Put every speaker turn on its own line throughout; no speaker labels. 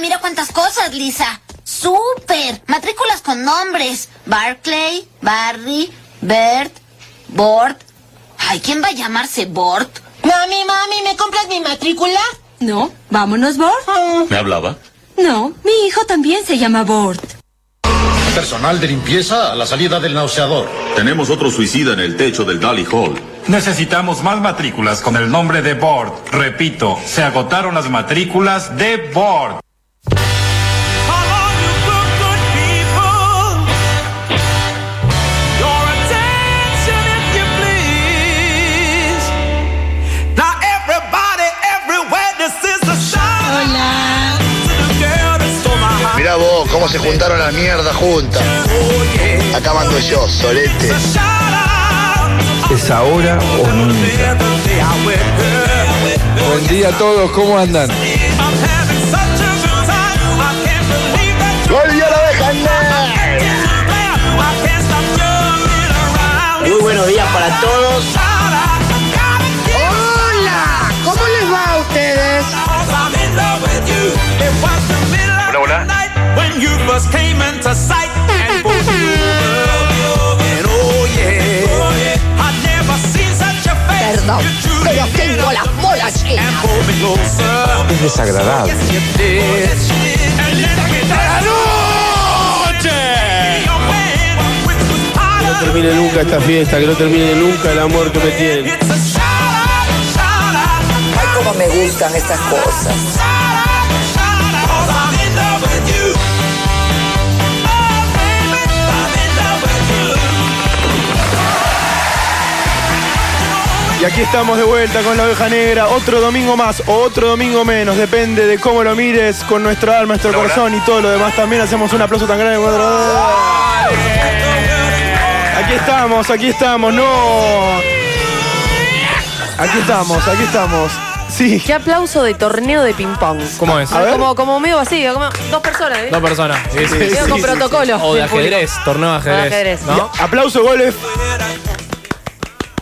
mira cuántas cosas, Lisa. ¡Súper! Matrículas con nombres. Barclay, Barry, Bert, Bort. Ay, ¿quién va a llamarse Bort?
Mami, mami, ¿me compras mi matrícula?
No, vámonos, Bort.
Oh.
¿Me hablaba?
No, mi hijo también se llama Bort.
Personal de limpieza a la salida del nauseador.
Tenemos otro suicida en el techo del Dally Hall.
Necesitamos más matrículas con el nombre de Bord. Repito, se agotaron las matrículas de Bord.
Mirá vos, cómo se juntaron las mierdas juntas. Acá mando yo, solete.
¿Es ahora o nunca? Buen día a todos, ¿cómo andan?
¡Volvió la abeja andar!
Muy buenos días para todos.
Hola, ¿cómo les va a ustedes?
Hola, hola.
Perdón, pero tengo las bolas llenas.
Es desagradable.
Que no termine nunca esta fiesta, que no termine nunca el amor que me tienen.
Ay, cómo me gustan estas cosas.
Y aquí estamos de vuelta con la oveja negra, otro domingo más o otro domingo menos, depende de cómo lo mires, con nuestro alma, nuestro corazón y todo lo demás también hacemos un aplauso tan grande como otro. Aquí estamos, aquí estamos, no. Aquí estamos, aquí estamos. Sí.
Qué aplauso de torneo de ping-pong.
¿Cómo es? A ver.
Como, como medio así, como dos personas. ¿eh?
Dos personas. Sí, sí,
Medio
sí,
con
sí,
protocolo.
sí. O de
del público.
ajedrez, torneo de ajedrez.
ajedrez.
¿no?
Aplauso, goles.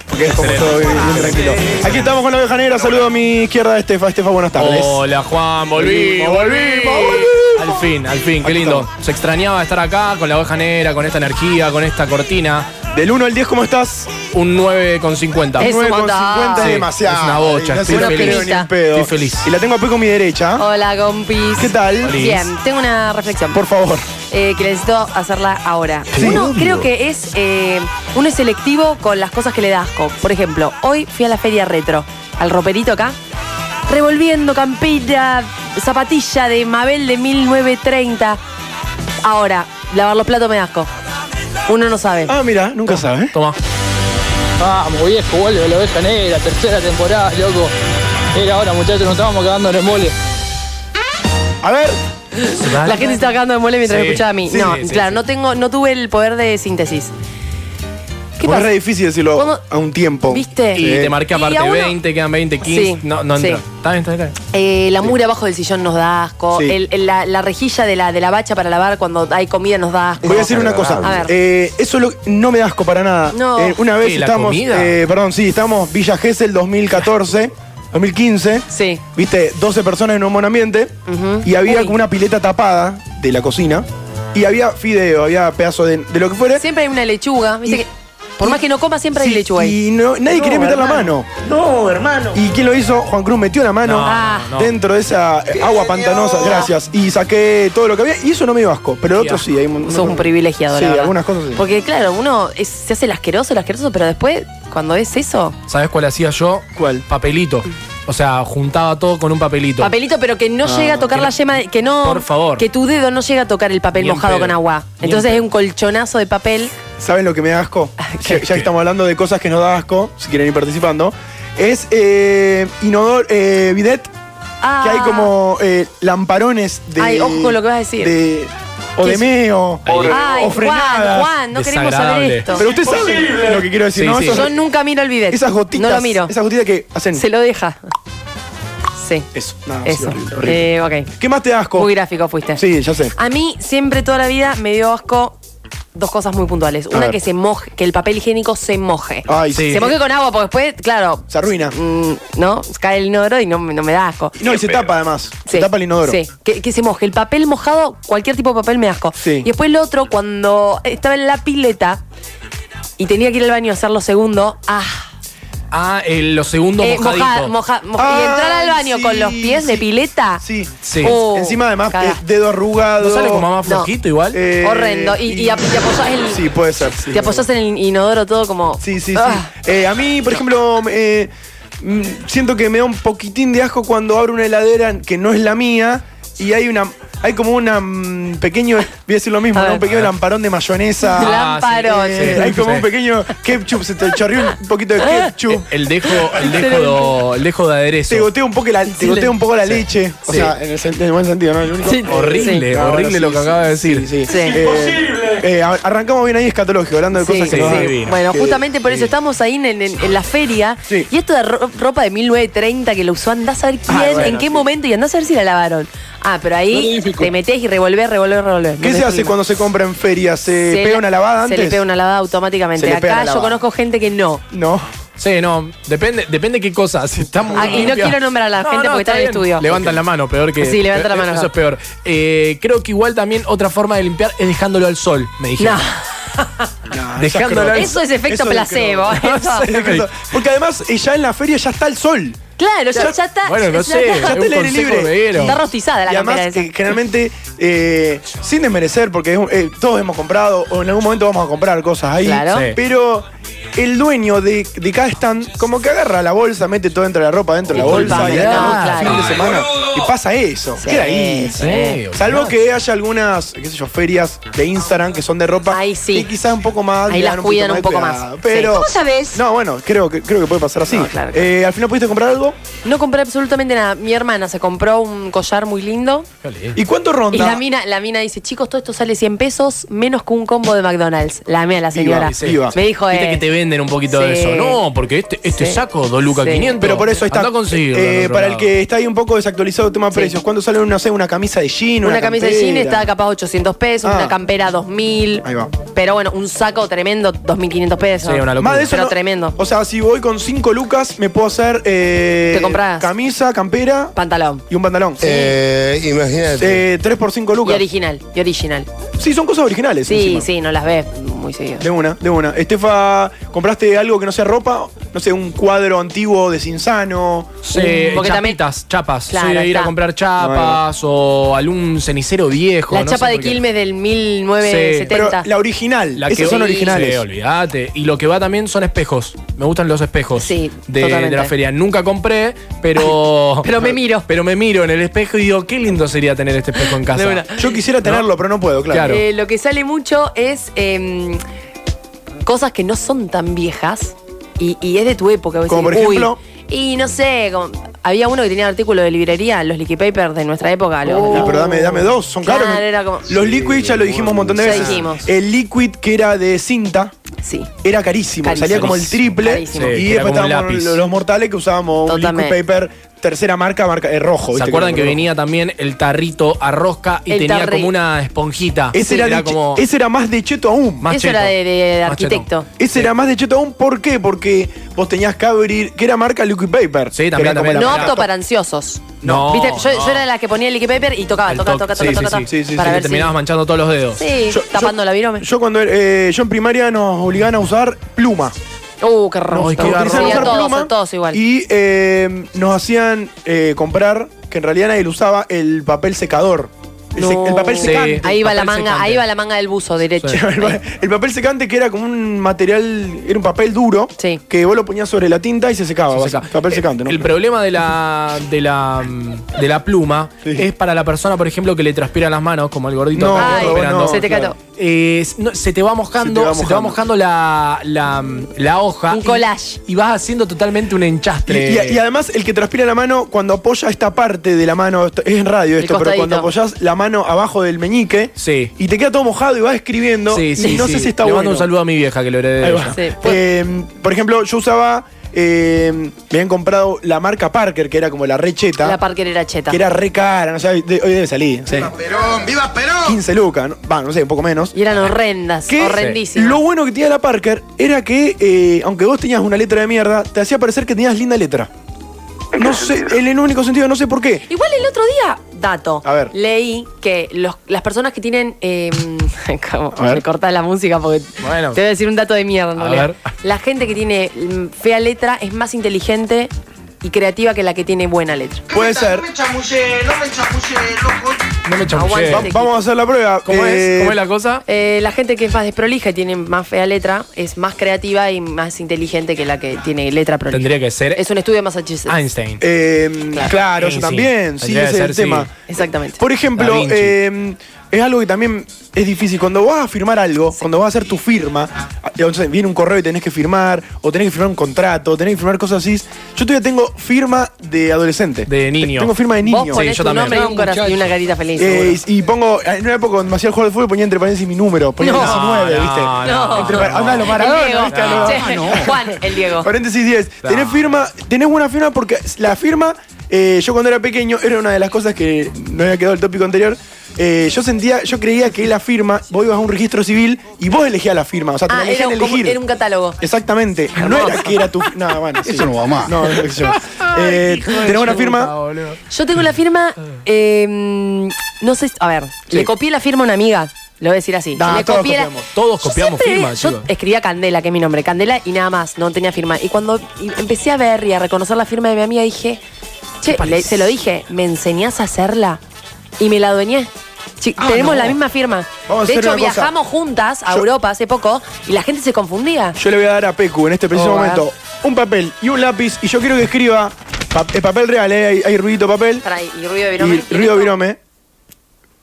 Porque es como todo bien, bien tranquilo. Aquí estamos con la oveja negra, saludo a mi izquierda Estefa. Estefa, buenas tardes.
Hola Juan, volví,
Volvimos,
volví.
volvimos,
Al fin, al fin, qué lindo. Se extrañaba estar acá con la oveja negra, con esta energía, con esta cortina.
Del 1 al 10, ¿cómo estás?
Un 9,50.
Es un
9,50
montón.
es
Sí,
demasiado.
es una bocha,
No
estoy
se lo
feliz.
creo ni en pedo.
Estoy feliz.
Y la tengo a P con mi derecha.
Hola, compis.
¿Qué tal?
Oh. Bien, tengo una reflexión.
Por favor.
eh, que necesito hacerla ahora.
Sí,
uno
obvio.
creo que es eh, uno es selectivo con las cosas que le da asco. Por ejemplo, hoy fui a la feria retro, al roperito acá, revolviendo campilla, zapatilla de Mabel de 1930. Ahora, lavar los platos me da asco. Uno no sabe.
Ah, mira, nunca sabe.
Toma.
Vamos, viejo, vuelve la oveja negra, tercera
Ah,
temporada, loco. Era ahora, muchachos, nos estábamos cagando en el mole.
A ver.
La gente se estaba cagando de mole mientras
Sí,
me escuchaba a mí.
sí,
no,
sí, sí,
claro,
sí.
no tengo, no tuve el poder de síntesis.
Porque
¿Qué
es
pasa?
re difícil decirlo
¿Cuándo-
a un tiempo.
¿Viste?
Y
Sí.
te marqué
Y
aparte
a uno-
20, quedan 20, 15.
Sí,
No, no
sí.
entra. Está bien, está bien. está bien.
Eh, la mugre abajo del sillón nos da asco.
Sí.
El- el- la, la rejilla de la, de la bacha para lavar cuando hay comida nos da asco.
Voy a decir una cosa.
A ver.
Eh, eso lo- no me da asco para nada.
No.
Eh, una vez
¿Qué, la
estamos.
comida?
eh, perdón, sí, estamos Villa Gesell 2014, 2015.
Sí.
Viste, 12 personas en un buen ambiente. Y había
Uy.
como una pileta tapada de la cocina. Y había fideo, había pedazos de, de lo que fuera.
Siempre hay una lechuga. ¿viste
Y-
que- por más que no coma, siempre hay
Sí,
lechuga ahí.
Y no- nadie quería meter la mano.
No, hermano.
¿Y quién lo hizo? Juan Cruz metió la mano
No,
Ah.
no, no.
dentro de esa eh, agua pantanosa, gracias. Y saqué todo lo que había. Y eso no me dio asco, pero el
Qué
otro sí. Hay un,
Sos un privilegiado,
Sí,
la verdad.
algunas cosas sí.
Porque, claro, uno es- se hace el asqueroso, el asqueroso, pero después, cuando es eso,
¿Sabes cuál hacía yo?
¿Cuál?
Papelito. O sea, juntaba todo con un papelito.
papelito, pero que no llega a tocar
que
la
no-
yema, de- que no.
Por favor.
Que tu dedo no llega a tocar el papel
Ni en
mojado
pedo.
con agua.
Ni en
Entonces es
pedo.
un colchonazo de papel.
¿Saben lo que me da asco?
Ah,
ya, ya que estamos hablando de cosas que no da asco, si quieren ir participando. Es eh, inodor, eh, bidet,
Ah.
que hay como eh, lamparones de.
Ay, ojo con lo que vas a decir.
de- o
¿Qué
de
es?
meo, o,
Ay,
o frenadas.
Juan, Juan, no queremos saber
Desagradable.
esto.
Pero usted sabe lo que quiero decir,
Sí,
¿no?
sí.
Esos-
Yo nunca miro el bidet.
esas gotitas.
No lo miro.
Esas gotitas que hacen.
Se lo deja. Sí.
Eso, nada, sí,
Eso.
horrible, horrible.
Eh, ok.
¿Qué más te da asco?
Muy gráfico fuiste.
Sí, ya sé.
A mí siempre toda la vida me dio asco dos cosas muy puntuales.
A
Una
ver.
que se moje, que el papel higiénico se moje.
Ay, sí.
Se moje con agua, porque después, claro. Se arruina. no, cae el inodoro y no, no me da asco.
No, y se tapa además. Se
Sí.
tapa el inodoro.
Sí, que, que se moje. El papel mojado, cualquier tipo de papel me da asco.
Sí.
Y después lo otro, cuando estaba en la pileta y tenía que ir al baño a hacerlo segundo, ah.
Ah, el- los segundos
eh, moja-
mojaditos.
moja- moja- y entrar al baño con los pies de pileta. Uh,
Sí,
Sí.
Encima además,
caga.
eh, dedo arrugado.
¿No sale como más flojito igual?
Eh,
Horrendo. Y, y ap- te apoyás el-
Sí, puede ser. sí.
te apoyás en el inodoro todo como. ah,
Sí, sí, sí. Eh, a mí, por ejemplo, eh, mm, siento que me da un poquitín de asco cuando abro una heladera que no es la mía y hay una. Hay como un pequeño, voy a decir lo mismo, ¿no? un pequeño lamparón de mayonesa.
Ah, Lamparón. sí.
Eh,
Sí.
hay como
Sí.
un pequeño ketchup, se te chorrió un poquito de ketchup.
El dejo, el dejo, de- el dejo de aderezo.
Te gotea un poco la, te gotea un poco la leche. O
Sí.
sea, en el, sen- en el buen sentido, ¿no? El único-
Sí. Horrible,
Ah, bueno,
horrible
sí,
lo que
sí,
acaba de
sí,
decir.
sí.
Sí.
Eh, eh, a- arrancamos bien ahí escatológico, hablando de
Sí.
cosas que
Sí,
no-
divino.
Bueno,
que-
justamente por eso estamos ahí en, en- en la feria. Y esto de ro- ropa de 1930 que lo usó, andás a ver quién,
Ah, bueno,
en qué
sí.
momento y andás a ver si la lavaron. Ah, pero ahí
Magnífico.
te metés y revolvés, revolvés, revolvés.
¿Qué
No
se
me
hace
explico.
cuando se compra en feria? ¿Se,
Se
pega
le-
una lavada antes?
Se le pega una lavada automáticamente.
Se le pega
Acá
la
yo
lavada.
conozco gente que no.
No.
Sí, no. Depende, depende qué cosa. Si está muy
Ah, y no
limpia-
quiero nombrar a la gente porque está en el
bien.
estudio.
Levantan la mano, peor que.
Sí, levanta la
eh,
mano.
Eso es peor. Eh, creo que igual también otra forma de limpiar es dejándolo al sol, me dijeron. Ah,
No.
Dejándolo al
Eso es efecto
Ah, Eso es
placebo.
lo que no-
eso.
Sí, exacto. Porque además, eh, ya en la feria ya está el sol.
Claro, ya, ya está.
Bueno, no
ya
sé,
está-
Ya está el aire libre.
Está rostizada la
y además,
campera esa.
eh, generalmente, eh, sin desmerecer, porque es un- eh, todos hemos comprado o en algún momento vamos a comprar cosas ahí.
Claro. Sí.
Pero el dueño de, de cada stand, como que agarra la bolsa, mete todo dentro de la ropa, dentro de la bolsa,
Disculpame,
y acá
claro.
fin de
Ay,
semana. Y pasa eso.
Sí,
queda ahí.
sí, olvidate.
Salvo que haya algunas, qué sé yo, ferias de Instagram que son de ropa. Ahí sí. Que quizás un poco más.
Ahí
le
las
dan
cuidan un poco
de
más.
cuidado.
Sí.
Pero.
¿Cómo
sabes? No, bueno, creo que, creo que puede pasar así. Eh, ¿Al final pudiste comprar algo?
No compré absolutamente nada. Mi hermana se compró un collar muy lindo.
¿Y cuánto ronda?
Y la mina, la mina dice, chicos, todo esto sale 100 pesos menos que un combo de McDonald's. La mía, la señora.
Sí.
Me dijo,
Viste
eh,
que te venden un poquito de
sí.
eso. No, porque este, este
Sí.
saco, 2 lucas
Sí.
500.
Pero por eso está.
Anda a conseguirlo
eh,
en otro
para el
lado.
que está ahí un poco desactualizado el tema de precios, ¿cuánto sale no sé, una camisa de jean?
una,
Una,
camisa de jean
campera?
está capaz 800 pesos,
Ah.
una campera 2000.
Ahí va.
Pero bueno, un saco tremendo, 2500 pesos.
Más de eso,
Pero
no-
tremendo.
O sea, si voy con 5 lucas, me puedo hacer. eh,
Te compras.
Camisa, campera.
Pantalón.
Y un pantalón.
Eh,
imagínate.
3 por 5
Y
lucas.
original, y original.
Sí, son cosas originales.
Sí,
encima.
sí, no las ves muy seguido.
De una, de una. Estefa, ¿compraste algo que no sea ropa? No sé, un cuadro antiguo de Cinzano.
Sí,
Porque también-
chapitas, chapas.
Claro,
sí, ir a
está.
comprar chapas o algún cenicero viejo.
La
no
chapa
sé
de
por qué.
Quilmes del 1970.
La original.
La
esas son
sí,
originales.
sí, olvídate. Y lo que va también son espejos. Me gustan los espejos de,
totalmente.
de la feria. Nunca compré, pero.
Pero me miro.
Pero me miro en el espejo y digo, qué lindo sería tener este espejo en casa.
De una.
Yo quisiera tenerlo, pero no puedo, claro.
Claro.
Eh, lo que sale mucho es em, cosas que no son tan viejas y, y es de tu época. vos
Como
decís,
por
"Uy".
ejemplo.
y no sé, como- había uno que tenía artículo de librería, los leaky papers de nuestra época. los-
Ah, pero dame, dame dos, son
Claro,
caros.
era como-
Los liquid ya lo dijimos un montón de
Ya
veces.
dijimos.
El liquid que era de cinta. Era carísimo,
Carísimo.
salía como el triple.
Carísimo.
Sí,
y
que era
después
como un
estábamos
lápiz.
los, los mortales que usábamos un liquid
Totalmente.
paper, tercera marca, marca eh, rojo.
¿Se
¿viste?
acuerdan que
era
venía también el tarrito a rosca y
El
tenía
tarri-
como una esponjita?
rojo. Ese,
Sí,
era de che-
como.
ese era más de cheto aún.
Más
Eso era
cheto.
de, de
Más cheto.
arquitecto.
Ese era más de cheto aún, ¿por qué? Porque vos tenías que abrir, que era marca liquid paper.
Sí,
que
también,
era como
también,
la
No
marca.
apto para ansiosos.
No.
¿Viste? Yo, yo
no.
era la que ponía el leaky paper y tocaba,
El
tocaba,
toc-
tocaba,
sí,
tocaba,
sí,
tocaba.
sí, sí, sí,
para
Que
ver si.
terminabas manchando todos los dedos.
Sí,
Yo-
tapando la virome.
Yo cuando eh, yo en primaria nos obligaban a usar pluma.
Uh, qué raro.
Nos autorizaban a
a
usar
todos,
pluma
a todos igual.
Y eh, nos hacían eh, comprar, que en realidad nadie lo usaba, el papel secador. El, sec- el papel
No.
secante.
Ahí va la
Papel
manga,
secante.
ahí va la manga del buzo derecho.
El, pa- el papel secante que era como un material, era un papel duro que vos lo ponías sobre la tinta y se secaba.
Se seca.
básicamente. Papel secante, ¿no?
El problema de la de la mm, de la pluma es para la persona, por ejemplo, que le transpira las manos, como el gordito
No,
acá que
Ay,
está esperando.
no, Se te claro.
cayó.
Eh, s- no, se te va mojando, se te va mojando, la, la, mm, la hoja.
Un
y-
collage.
Y, vas haciendo totalmente un
Y,
enchastre.
y- y además el que transpira la mano, cuando apoya esta parte de la mano, esto- es en radio
El
esto, pero cuando
costadito.
apoyás la mano abajo del meñique
sí.
y te queda todo mojado y vas escribiendo,
Sí, sí,
y no
sí.
sé si está
Le
bueno.
mando un saludo a mi vieja que lo heredé. de
Ahí va.
ella.
Sí.
Eh, por ejemplo, yo usaba eh, me han comprado la marca Parker, que era como la recheta.
La Parker era cheta.
Que era re cara, no sé, hoy de- hoy debe salir. ¡Viva Perón! ¡Viva Perón! 15 lucas, ¿no? va, no sé, un poco menos.
Y eran horrendas,
Que
horrendísimas.
Lo bueno que tenía la Parker era que, eh, aunque vos tenías una letra de mierda, te hacía parecer que tenías linda letra. No sé, en el único sentido, no sé por qué.
Igual el otro día, dato,
A ver.
leí que los- las personas que tienen... eh, ¿cómo?
A ver.
Me corta la música porque
Bueno.
te voy a decir un dato de mierda. en
A
realidad.
ver.
La gente que tiene mm, fea letra es más inteligente y creativa que la que tiene buena letra.
Puede ser.
chamullé, no me chamullé, loco.
No me chamullé.
Va- vamos a hacer la prueba.
¿Cómo es?
Eh,
¿Cómo es la cosa?
Eh, la gente que es más desprolija y tiene más fea letra es más creativa y más inteligente que la que tiene letra prolija.
Tendría que ser
Es un estudio de Massachusetts.
Einstein.
Eh, claro,
Sí,
yo
sí.
también. Sí,
Tendría que
ese es
ser,
el
sí.
tema.
Exactamente.
Por ejemplo,
Da Vinci.
eh, es algo que también es difícil. Cuando vas a firmar algo, cuando vas a hacer tu firma, entonces viene un correo y tenés que firmar, o tenés que firmar un contrato, tenés que firmar cosas así. Yo todavía tengo firma de adolescente.
De niño.
Tengo firma de niño.
Vos ponés tu nombre y un corazón y una carita feliz.
Eh,
seguro.
y, y pongo, en una época cuando me hacía el juego de fútbol ponía entre paréntesis mi número, ponía
No.
19, ¿viste?
No, Ah, no,
Entre
no.
par- Anda, lo Maradona,
El Diego.
¿viste? Ah, A lo-
Che, Juan, el Diego.
Paréntesis 10. Tenés firma, tenés buena firma porque la firma, eh, yo cuando era pequeño, era una de las cosas que no había quedado el tópico anterior. eh, yo sentía, yo creía que la firma, vos ibas a un registro civil y vos elegías la firma, o sea, te la
Ah, era
elegían
un, como-
elegir.
era un catálogo.
Exactamente. No era que era tu. No, bueno, Eso no va más. No, no, qué sé yo. Eh, tenés una
Ah,
firma.
Yo tengo la firma. eh, no sé. A ver, le copié la firma a una amiga. Lo voy a decir así.
Nah,
le
todos
copié la-
copiamos.
Todos
Yo
copiamos
siempre-
firmas.
Yo
chicos.
escribía Candela, que es mi nombre, Candela, y nada más, no tenía firma. Y cuando y- empecé a ver y a reconocer la firma de mi amiga, dije, che, le- se lo dije, ¿me enseñás a hacerla? Y me la adueñé. Chi-
Ah,
tenemos
no.
la misma firma.
Vamos a
de
hacer
hecho,
una cosa.
viajamos juntas a
Yo-
Europa hace poco y la gente se confundía.
Yo le voy a dar a Pecu en este preciso
Oh, a ver.
momento un papel y un lápiz y yo quiero que escriba. pa- eh, papel real, eh, hay, hay ruidito de papel.
Pará, y ruido de
Y
virome.
Río Virome.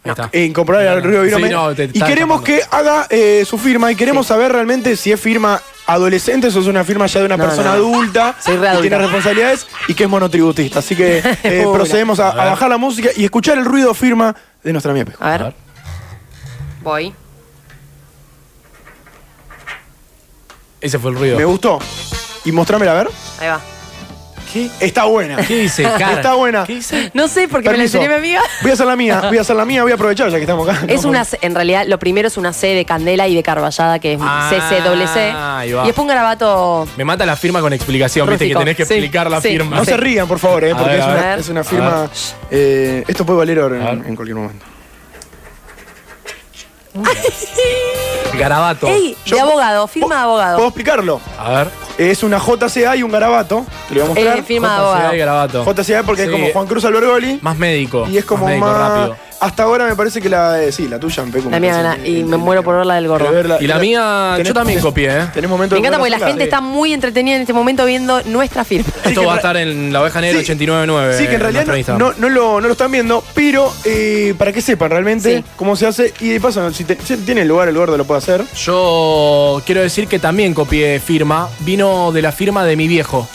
Ahí está.
e incorporar al Río Virome.
Sí, no, te-
y
está
queremos que haga eh, su firma y queremos saber realmente si es firma adolescente o es una firma ya de una
No,
persona
no.
adulta
Soy re
que
adulta.
tiene responsabilidades y que es monotributista. Así que eh,
Pura.
procedemos a, a bajar la música y escuchar el ruido firma de nuestra amiga Pejo.
A ver. Voy.
Ese fue el ruido.
Me gustó. Y mostrámela, a ver.
Ahí va.
¿Qué?
Está buena.
¿Qué dice, cara?
Está buena.
¿Qué dice?
No sé, porque
Permiso.
me la enseñó mi amiga.
Voy a hacer la mía, voy a hacer la mía, voy a aprovechar ya que estamos acá.
Es
No,
una, C- en realidad, lo primero es una C de Candela y de Carballada, que es
Ah, ahí va.
CCCC. Y es un garabato.
Me mata la firma con explicación, viste que
Rústico.
tenés que
Sí,
explicar la
sí.
firma.
No se rían, por favor, eh,
A
porque
ver,
es,
a
una,
ver.
es una
A
firma.
ver.
eh, esto puede valer ahora en-
A ver.
en cualquier momento.
Garabato.
Ey,
Yo-
de abogado, firma de
¿Puedo
abogado.
explicarlo?
A ver.
Es una JCA y un garabato. Te lo voy a mostrar.
Eh, firma de
JCA y
abogado.
garabato.
JCA porque es
Sí.
como Juan Cruz Albergoli.
Más médico.
Y es como
médico,
más.
rápido.
Hasta ahora me parece que la. eh, sí, la tuya, Pecu. me
La mía
parece
gana.
que-
Y me muero por ver la del gordo.
Pero verla-
Y la mía, yo también copié, ¿eh?
Tenés momentos
Me
de
encanta porque
verla
la
sola.
gente está muy entretenida en este momento viendo nuestra firma.
Esto
que
va a
en
estar en la oveja negra
Sí.
899.
Sí, que en realidad
nuestro
no,
Instagram.
no, no lo, no lo están viendo, pero eh, para que sepan realmente
Sí.
cómo se hace. Y de paso, si, te- si tiene lugar el gordo, lo puede hacer.
Yo quiero decir que también copié firma. Vino de la firma de mi viejo.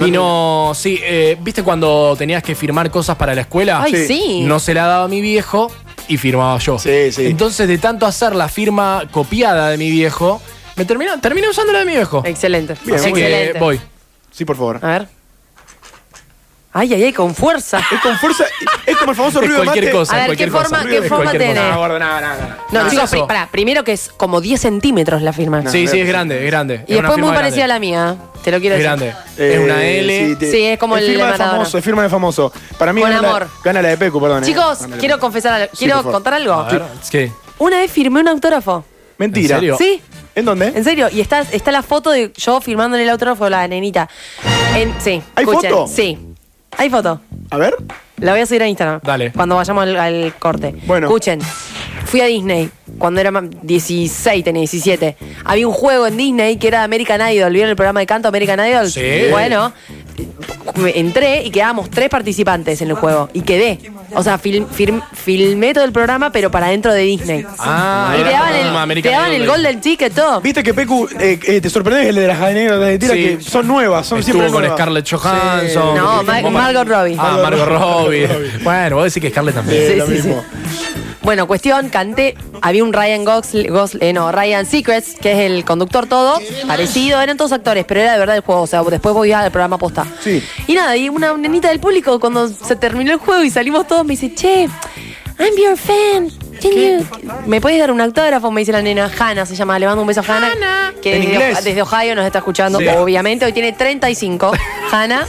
Vino, sí, eh, ¿viste cuando tenías que firmar cosas para la escuela?
Ay,
Sí.
sí.
No se la daba mi viejo y firmaba yo.
Sí, sí.
Entonces, de tanto hacer la firma copiada de mi viejo, me terminé, terminé usando la de mi viejo.
Excelente.
Bien,
Así
muy
que
Excelente.
voy.
Sí, por favor.
A ver. Ay, ay, ay, con fuerza.
Es con fuerza. Es como el famoso
Es
ruido de
cualquier
mate.
cosa.
A ver,
cualquier
¿qué forma-
cosa.
qué
Es
forma
cualquier
tenés?
cosa.
No, gordo, no, no, no.
No,
Ah,
chicos,
eso.
pri- pará, primero que es como 10 centímetros la firma.
Sí, sí, es grande, es grande.
Y después muy parecida a la mía. Te lo quiero
Es
decir.
grande. Es una
Eh,
L.
te-
Sí, es como el
firma de
de Maradona.
famoso, es firma de famoso. Para mí
Con
gana,
amor.
La, gana la de Pecu, perdón. eh.
Chicos,
Gana la de
quiero
Pecu.
confesar algo.
Sí,
quiero
por favor.
contar algo.
A ver, ¿qué?
Una vez firmé un autógrafo.
Mentira.
¿En serio?
Sí,
¿En dónde?
¿Eh?
en serio. Y está, está la foto de yo firmándole el autógrafo a la nenita. En- sí.
¿Hay
escuchen,
foto?
Sí. Hay foto.
A ver.
La voy a subir a Instagram.
Dale.
Cuando vayamos al, al corte.
Bueno.
Escuchen. Fui a Disney cuando era más- 16, tenía 17. Había un juego en Disney que era American Idol. ¿Vieron el programa de canto American Idol?
Sí.
Bueno, me entré y quedábamos tres participantes en el juego. Y quedé. O sea, film- film- filmé todo el programa, pero para dentro de Disney.
Ah,
y
era
te daban,
como
el,
un American
te daban
Idol
el
de-
golden ticket, todo.
Viste que Pecu eh, eh, te sorprende el de las anécdotas de tira
Sí.
que son nuevas, son
Estuvo
siempre
con
nuevas.
Scarlett Johansson.
No, Ma- Margot Robbie.
Ah, Margot Robbie. bueno, vos decís que Scarlett también.
Eh,
Sí,
lo
sí, sí.
mismo.
Bueno, cuestión, canté. Había un Ryan Gosling, Gosling- eh, no, Ryan Secrets, que es el conductor todo, parecido, eran todos actores, pero era de verdad el juego, o sea, después voy al programa posta.
Sí.
Y nada, y una nenita del público, cuando se terminó el juego y salimos todos, me dice, che, I'm your fan. Can you- ¿Me puedes dar un autógrafo? Me dice la nena Hannah, se llama. Le mando un beso a Hannah. Que
¿En
desde,
inglés?
desde Ohio nos está escuchando,
Sí.
obviamente. Hoy tiene 35. Hannah.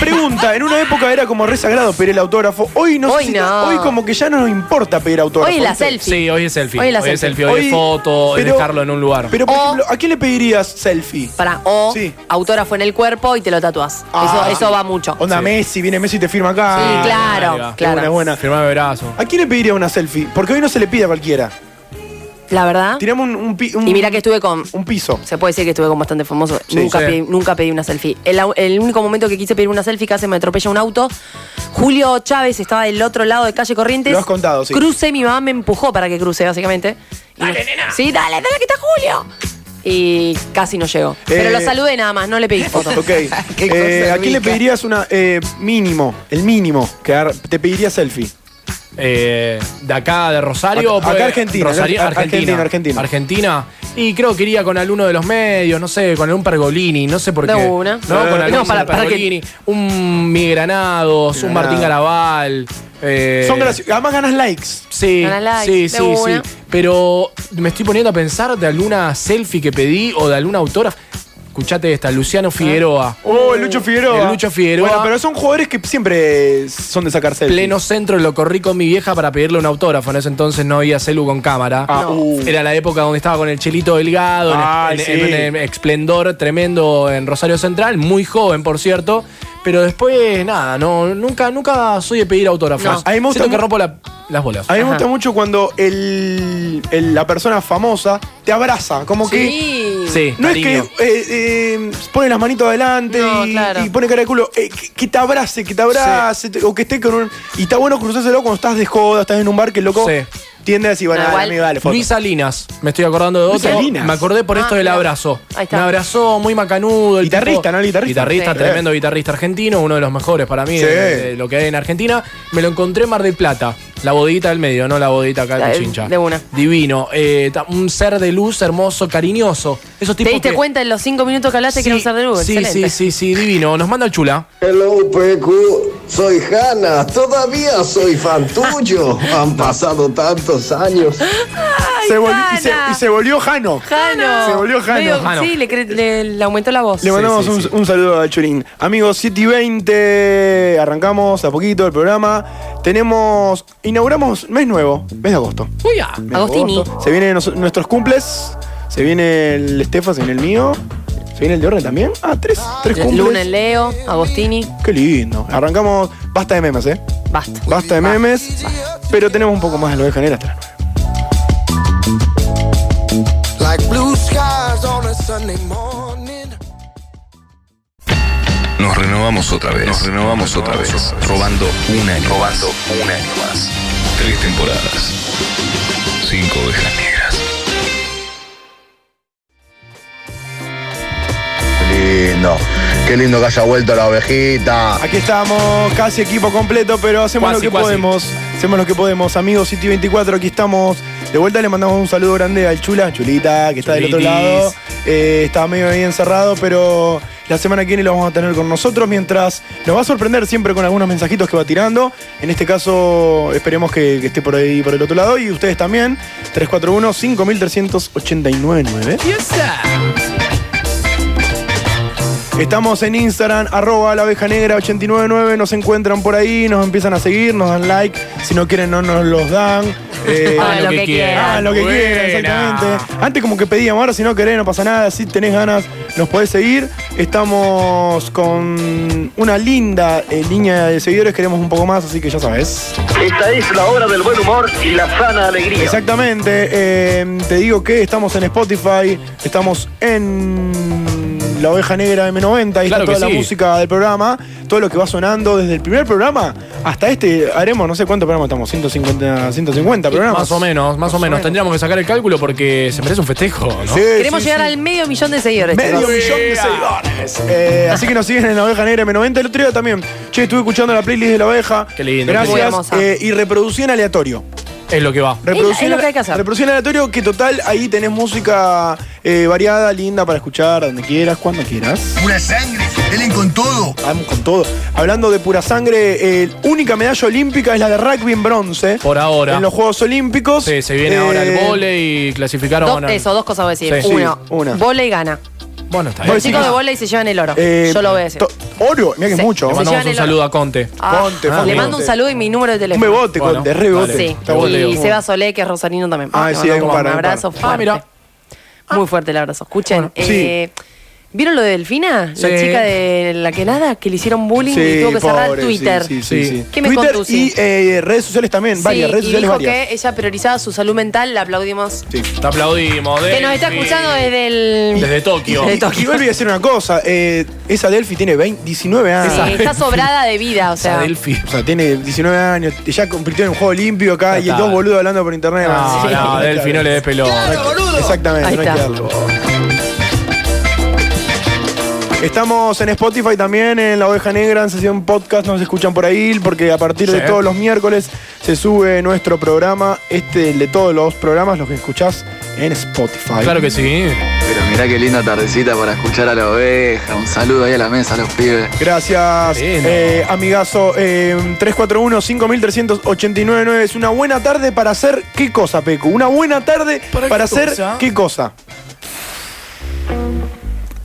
Pregunta, en una época era como re sagrado pedir el autógrafo. Hoy no sé
Hoy
si-
no.
Hoy como que ya no nos importa pedir autógrafo.
Hoy la
¿viste?
selfie.
Sí, hoy es selfie.
Hoy
Hoy
la
es
selfie.
selfie, hoy
Hoy-
es foto, es
pero-
dejarlo en un lugar.
Pero por
O-
ejemplo, ¿a quién le pedirías selfie?
Para o
Sí.
autógrafo en el cuerpo y te lo tatúas.
Ah.
eso, eso va mucho.
Onda Messi, viene Messi y te firma acá.
Sí, claro,
Ah, Ahí va.
claro.
Buena, buena.
Firmame brazo.
¿A quién le pediría una selfie? Porque hoy no se le pide a cualquiera.
La verdad.
Tiramos un, un pi- un-
Y mira que estuve con.
un piso.
Se puede decir que estuve con bastante famoso.
Sí,
nunca,
sí.
Pedí, nunca pedí una selfie. El, au- el único momento que quise pedir una selfie casi me atropella un auto. Julio Chávez estaba del otro lado de calle Corrientes.
Lo has contado, sí.
Crucé, mi mamá me empujó para que cruce, básicamente. dale, nena. Sí, dale, dale, que está Julio. Y casi no llegó. Pero
Eh.
lo saludé nada más, no le pedí foto.
Ok. Eh, ¿A quién le pedirías una eh, mínimo? El mínimo. Que ar- te pediría selfie.
Eh, de acá, de Rosario.
Acá-
pues,
acá Argentina,
Rosario,
ar-
Argentina,
Argentina, Argentina.
Argentina. Y creo que iría con alguno de los medios, no sé, con algún Pergolini, no sé por qué.
De una.
No, con
Eh.
algún
No, para- para que-
Pergolini. Un Mi Granados, un
Granado.
Martín Garabal. eh,
Son graciosos. Además ganas likes.
Sí,
Ganas likes, de
sí, sí,
una.
sí. Pero me estoy poniendo a pensar de alguna selfie que pedí o de alguna autora. Escuchate esta,
Ah.
Luciano Figueroa.
Oh, el Lucho Figueroa.
El Lucho Figueroa.
Bueno, pero son jugadores que siempre son de sacar selfies.
pleno centro lo corrí con mi vieja para pedirle un autógrafo. En ese entonces no había celu con cámara.
Ah, No. uh. Ah.
Era la época donde estaba con el Chelito Delgado, en-
Ay,
en,
sí.
en- en esplendor tremendo en Rosario Central, muy joven, por cierto. Pero después, nada, no, nunca, nunca soy de pedir autógrafos.
No. A mí me gusta
Siento que
mu-
rompo la- las bolas.
A mí me
Ajá.
gusta mucho cuando el, el- la persona famosa te abraza. Como
Sí.
Sí,
que. No
cariño.
es que eh, eh, pone las manitos adelante
No,
y,
claro.
y pone cara de culo. eh, que, que te abrace, que te abrace, te- o que esté con un. Y está bueno cruzárselo cuando estás de joda, estás en un bar que el loco
Sí.
tiende a decir, bueno,
No,
dale,
igual-
amigo, dale, foto.
Luis Salinas, me estoy acordando de
Luis
otro.
Salinas.
Me acordé por esto
Ah,
del
mira.
abrazo.
Ahí está.
Me abrazó muy macanudo. El
Guitarrista,
tipo-
¿no? El guitarrista.
Sí.
tremendo guitarrista argentino, uno de los mejores para mí
Sí.
de, de lo que hay en Argentina. Me lo encontré en Mar del Plata, la bodeguita del medio, no la bodeguita acá
La-
de Chincha.
de una.
Divino. eh, ta- un ser de luz hermoso, cariñoso. Esos
¿Te
tipos
diste
que-
cuenta en los cinco minutos que hablaste que
Sí,
era un ser de luz?
Sí,
Excelente.
sí, sí, sí, divino. Nos manda el chula.
Hello, Pecu. Soy Hanna. Todavía soy fan tuyo. Han pasado tantos años.
Se volvió- y, se,
Jana.
y se volvió Jano.
Jano.
Se volvió Jano.
Medio-
Jano.
Sí, le, cre- le- le aumentó la voz.
Le mandamos
sí,
un,
sí.
un saludo a Churín. Amigos, 7 y 20, arrancamos a poquito el programa. Tenemos, inauguramos mes nuevo, mes de agosto.
Uy, ah.
Mes de
Agostini.
agosto. Se vienen nos- nuestros cumples, se viene el Estefa, se viene el mío, se viene el de Orne también. Ah, tres, tres cumples.
Luna en Leo, Agostini.
Qué lindo. Arrancamos, basta de memes, ¿eh?
Basta.
Basta de memes, pero tenemos un poco más de lo este de Janela hasta las nueve.
Nos renovamos otra vez. Nos renovamos otra vez. Robando un año. Robando un año más. Tres temporadas. Cinco ovejas negras.
Qué lindo. Qué lindo que haya vuelto la ovejita.
Aquí estamos, casi equipo completo, pero hacemos
Cuasi,
lo que
cuasi.
podemos. Hacemos lo que podemos, amigos City 24, aquí estamos. De vuelta le mandamos un saludo grande al Chula, Chulita, que está del otro
Chulitis.
lado. Eh, estaba medio ahí encerrado, pero la semana que viene lo vamos a tener con nosotros, mientras nos va a sorprender siempre con algunos mensajitos que va tirando. En este caso, esperemos que, que esté por ahí, por el otro lado, y ustedes también. 341-5389-9. Estamos en Instagram, arroba la abeja negra 899, nos encuentran por ahí, nos empiezan a seguir, nos dan like, si no quieren no nos los dan. Eh,
Hagan lo que
hagan Ah, lo que
Buena.
quieran, exactamente. Antes como que pedíamos, ahora si no querés, no pasa nada, si tenés ganas, nos podés seguir. Estamos con una linda eh, línea de seguidores, queremos un poco más, así que ya sabes.
Esta es la hora del buen humor y la sana alegría.
Exactamente. eh, te digo que estamos en Spotify, estamos en La Oveja Negra M90, ahí
Claro
está toda
que
la
sí.
música del programa, todo lo que va sonando desde el primer programa hasta este, haremos no sé cuántos programas estamos, 150, 150 programas.
Eh, Más o menos, más, o menos. Tendríamos que sacar el cálculo porque se merece un festejo, ¿no?
Sí,
Queremos
sí,
llegar
sí.
al medio millón de seguidores.
Medio
chicos.
millón de seguidores. Eh, así que nos siguen en la oveja negra M90. El otro día también. Che, estuve escuchando la playlist de la oveja.
Qué lindo,
qué
Gracias.
lindo.
eh, y reproducí en aleatorio.
Es lo que va.
Reproducción
Es lo que hay que hacer.
reproducción aleatorio, que total, ahí tenés música eh, variada, linda para escuchar, donde quieras, cuando quieras.
Pura sangre, delen con todo.
Vamos con todo. Hablando de pura sangre, eh, única medalla olímpica es la de rugby en bronce.
Por ahora.
En los Juegos Olímpicos.
Sí, se viene
Eh,
ahora el vole y clasificaron.
Dos, eso, dos cosas voy a decir.
Sí.
Uno,
Sí, una.
vole y gana.
Bueno, está
Voy a
Los
decir
chicos de
que-
vole y se llevan el oro.
eh,
Yo lo voy a decir.
to- Oro, mira que
Sí.
es mucho.
Le
Se
mandamos
llevan
un
el
saludo a Conte.
Ah,
Conte,
le
Conte.
mando un saludo y mi número de
Un
teléfono.
bebote,
Bueno,
Conte, re
dale.
bote.
Sí.
Está bueno.
Y Seba Solé, que es rosarino también.
Ah,
Le
sí,
mando
hay un
como
par, hay un
abrazo
par.
fuerte. Muy fuerte el abrazo. Escuchen,
Bueno, Ah, sí.
eh, ¿vieron lo de Delfina?
Sí.
La chica de la que nada, que le hicieron bullying y
Sí,
tuvo que cerrar
pobre, sí,
Twitter.
sí, sí, sí.
¿Qué me
Twitter
conduce?
y eh, redes sociales también,
Sí,
varias, redes
y
sociales
dijo
varias.
que ella priorizaba su salud mental, la aplaudimos.
Te aplaudimos.
Que nos está
Delphi.
escuchando desde el...
Desde Tokio.
Desde
Y- Y
Tokio.
vuelvo a decir una cosa, eh, esa Delphi tiene 20, 19 años.
Sí, está sobrada de vida, o sea.
Delphi.
O sea, tiene 19 años, ya compitió en un juego olímpico
Ya
acá y
está.
dos boludos hablando por internet.
Ah, No,
Sí.
no,
hay que
Delphi, no le des pelota.
Exactamente,
Ahí
no hay que
está.
darle. Estamos en Spotify también, en La Oveja Negra, en sesión podcast, nos escuchan por ahí, porque a partir de
Sí.
todos los miércoles se sube nuestro programa, este el de todos los programas, los que escuchás en Spotify.
Claro que sí.
Pero mirá qué linda tardecita para escuchar a la oveja. Un saludo ahí a la mesa, a los pibes.
Gracias,
Bien.
eh, amigazo. Eh, 341-5389 es una buena tarde para hacer qué cosa, Pecu. Una buena tarde
¿Para
para,
qué
hacer
cosa?
qué cosa.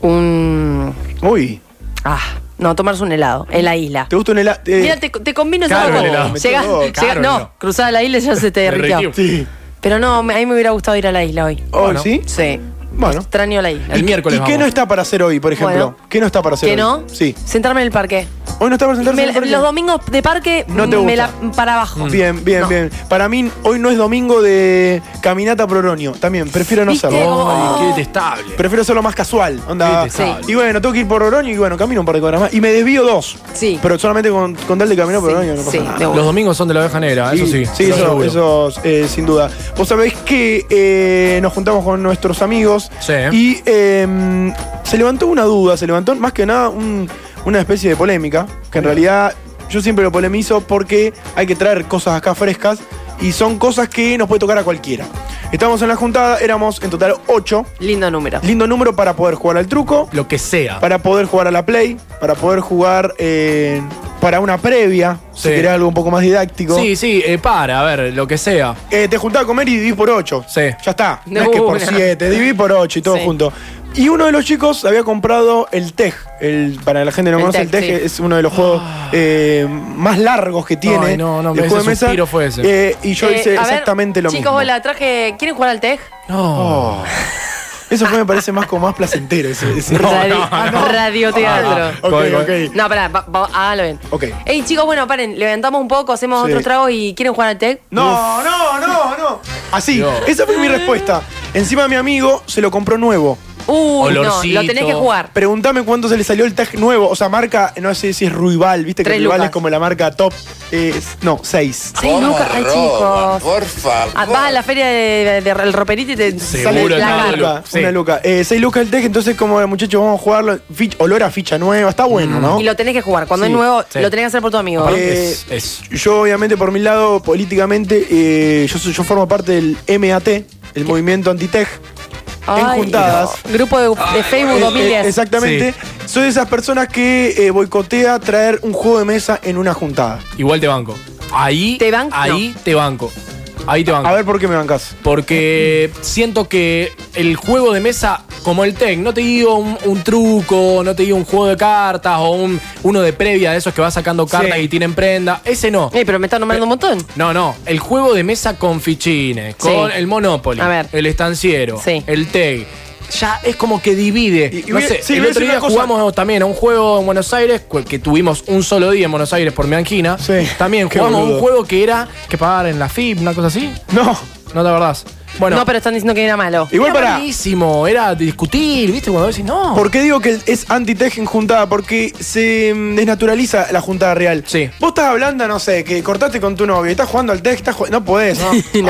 Un...
Uy,
Ah, no, tomarse un helado en la isla.
¿te gusta un eh, helado?
Mira, te, te combino
Caro
esa
el
cosa.
helado.
Llegás-
Metió dos.
llegás-
Caro el
no,
helado.
cruzada la isla y ya se te derritió.
Sí.
Pero no, me- a mí me hubiera gustado ir a la isla hoy.
Hoy ¿Oh, sí.
Sí.
Bueno.
Extraño la isla.
El miércoles
¿Y qué
vamos.
no está para hacer hoy, por ejemplo?
Bueno.
¿Qué no está para hacer
¿Que
hoy?
no?
Sí.
Sentarme en el parque.
Hoy no está para sentarse
Me-
en el parque.
Los domingos de parque
No te gusta.
me la para abajo.
Bien, bien,
No.
bien. Para mí, hoy no es domingo de caminata por Oroño. También, prefiero no
¿Viste?
hacerlo.
Oh.
Ay, qué detestable.
Prefiero hacerlo más casual. Onda.
Qué detestable.
Y bueno, tengo que ir por Oroño y bueno, camino un par de cuadras más. Y me desvío dos.
Sí.
Pero solamente con, con tal de caminar por
Sí,
Oroño no pasa
sí,
nada.
de
Los domingos son de la oveja negra, eso sí. lo
eso,
seguro.
eso, eh, sin duda. Vos sabéis que eh, nos juntamos con nuestros amigos
Sí.
y eh, se levantó una duda, se levantó más que nada un- una especie de polémica, que en realidad yo siempre lo polemizo porque hay que traer cosas acá frescas y son cosas que nos puede tocar a cualquiera. Estábamos en la juntada, éramos en total ocho.
Lindo número.
Lindo número para poder jugar al truco,
Lo que sea.
para poder jugar a la play, para poder jugar eh, para una previa,
Sí.
si querés algo un poco más didáctico.
Sí, sí, eh, para, a ver, lo que sea.
Eh, te juntás a comer y dividís por 8.
Sí.
Ya está. No
De
es que por
una.
7, dividís por 8 y todo
Sí.
junto. Y uno de los chicos había comprado el TEG. El, para la gente que no
El
conoce, el TEG
TEG, sí. Ah.
es uno de los juegos eh, más largos que tiene.
Ay, no, no,
el
ese
juego de mesa.
suspiro fue ese.
Eh, y yo
Eh,
hice
a ver,
exactamente lo mismo.
Chicos, hola, traje. ¿Quieren jugar al TEG?
No.
Oh. Eso fue, me parece más como más placentero. Ese, ese-
Radio,
Ah, no.
radioteatro.
Ah, ok, ok.
No, pará, va- va- hágalo bien.
Ok.
Ey, chicos, bueno, paren, levantamos un poco, hacemos
Sí.
otro trago y ¿quieren jugar al TEG?
No, no, no, no. Así,
No.
esa fue mi respuesta. Encima mi amigo se lo compró nuevo.
Uy,
Olorcito.
no, lo tenés que jugar.
Pregúntame cuánto se le salió el tag nuevo. O sea, marca, no sé si es Ruibal, viste que
Tres
Ruibal
lucas.
es como la marca top. eh, es- no, seis.
Sí, Lucas, ay,
roban?
chicos.
Por favor.
Ah, vas a la feria de, de- de- El roperito y te
Seguro,
la
no,
gana.
una
Lu-
luca.
sí.
Una luca. Eh, seis lucas el tag, entonces como muchachos, vamos a jugarlo. Fich- olor a ficha nueva, está
Mm.
bueno, ¿no?
Y lo tenés que jugar. Cuando
Sí,
es nuevo,
sí.
lo tenés que hacer por tu amigo.
Aparte,
Eh,
Eh,
es, es.
Yo, obviamente, por mi lado, políticamente, eh, yo, soy- yo formo parte del MAT, el movimiento antitech. En
Ay,
juntadas.
no. Grupo de, de Facebook
Eh, eh,
2010.
exactamente. Soy de esas personas que eh, boicotea traer un juego de mesa en una juntada.
Igual te banco. Ahí
¿Te banco?
ahí te banco. Ahí te banco.
A ver por qué me bancas.
Porque siento que el juego de mesa, como el tech, no te digo un, un truco, no te digo un juego de cartas o un, uno de previa de esos que va sacando cartas
Sí.
y tienen prenda. Ese no.
Ey, pero me está nombrando un montón.
No, no. El juego de mesa con fichines,
Sí.
con el Monopoly,
A ver.
el estanciero,
Sí.
el TEG. Ya es como que divide.
Y- y
no
voy a-
sé,
sí,
el
voy a
otro
decir
día
una cosa.
jugamos también a un juego en Buenos Aires, cu- que tuvimos un solo día en Buenos Aires por mi angina.
Sí.
También
Qué
jugamos a un
boludo.
juego que era que pagar en la FIB, una cosa así.
No.
No te acordás. Bueno.
No, pero están diciendo que era malo.
Igual
Era
para-
malísimo, era discutir, ¿viste? Cuando decís no.
¿Por qué digo que es anti-tej en juntada? Porque se mm, desnaturaliza la juntada real. Sí. Vos estás hablando, no sé, que cortaste con tu novio, estás jugando al tej, estás jugando- no podés.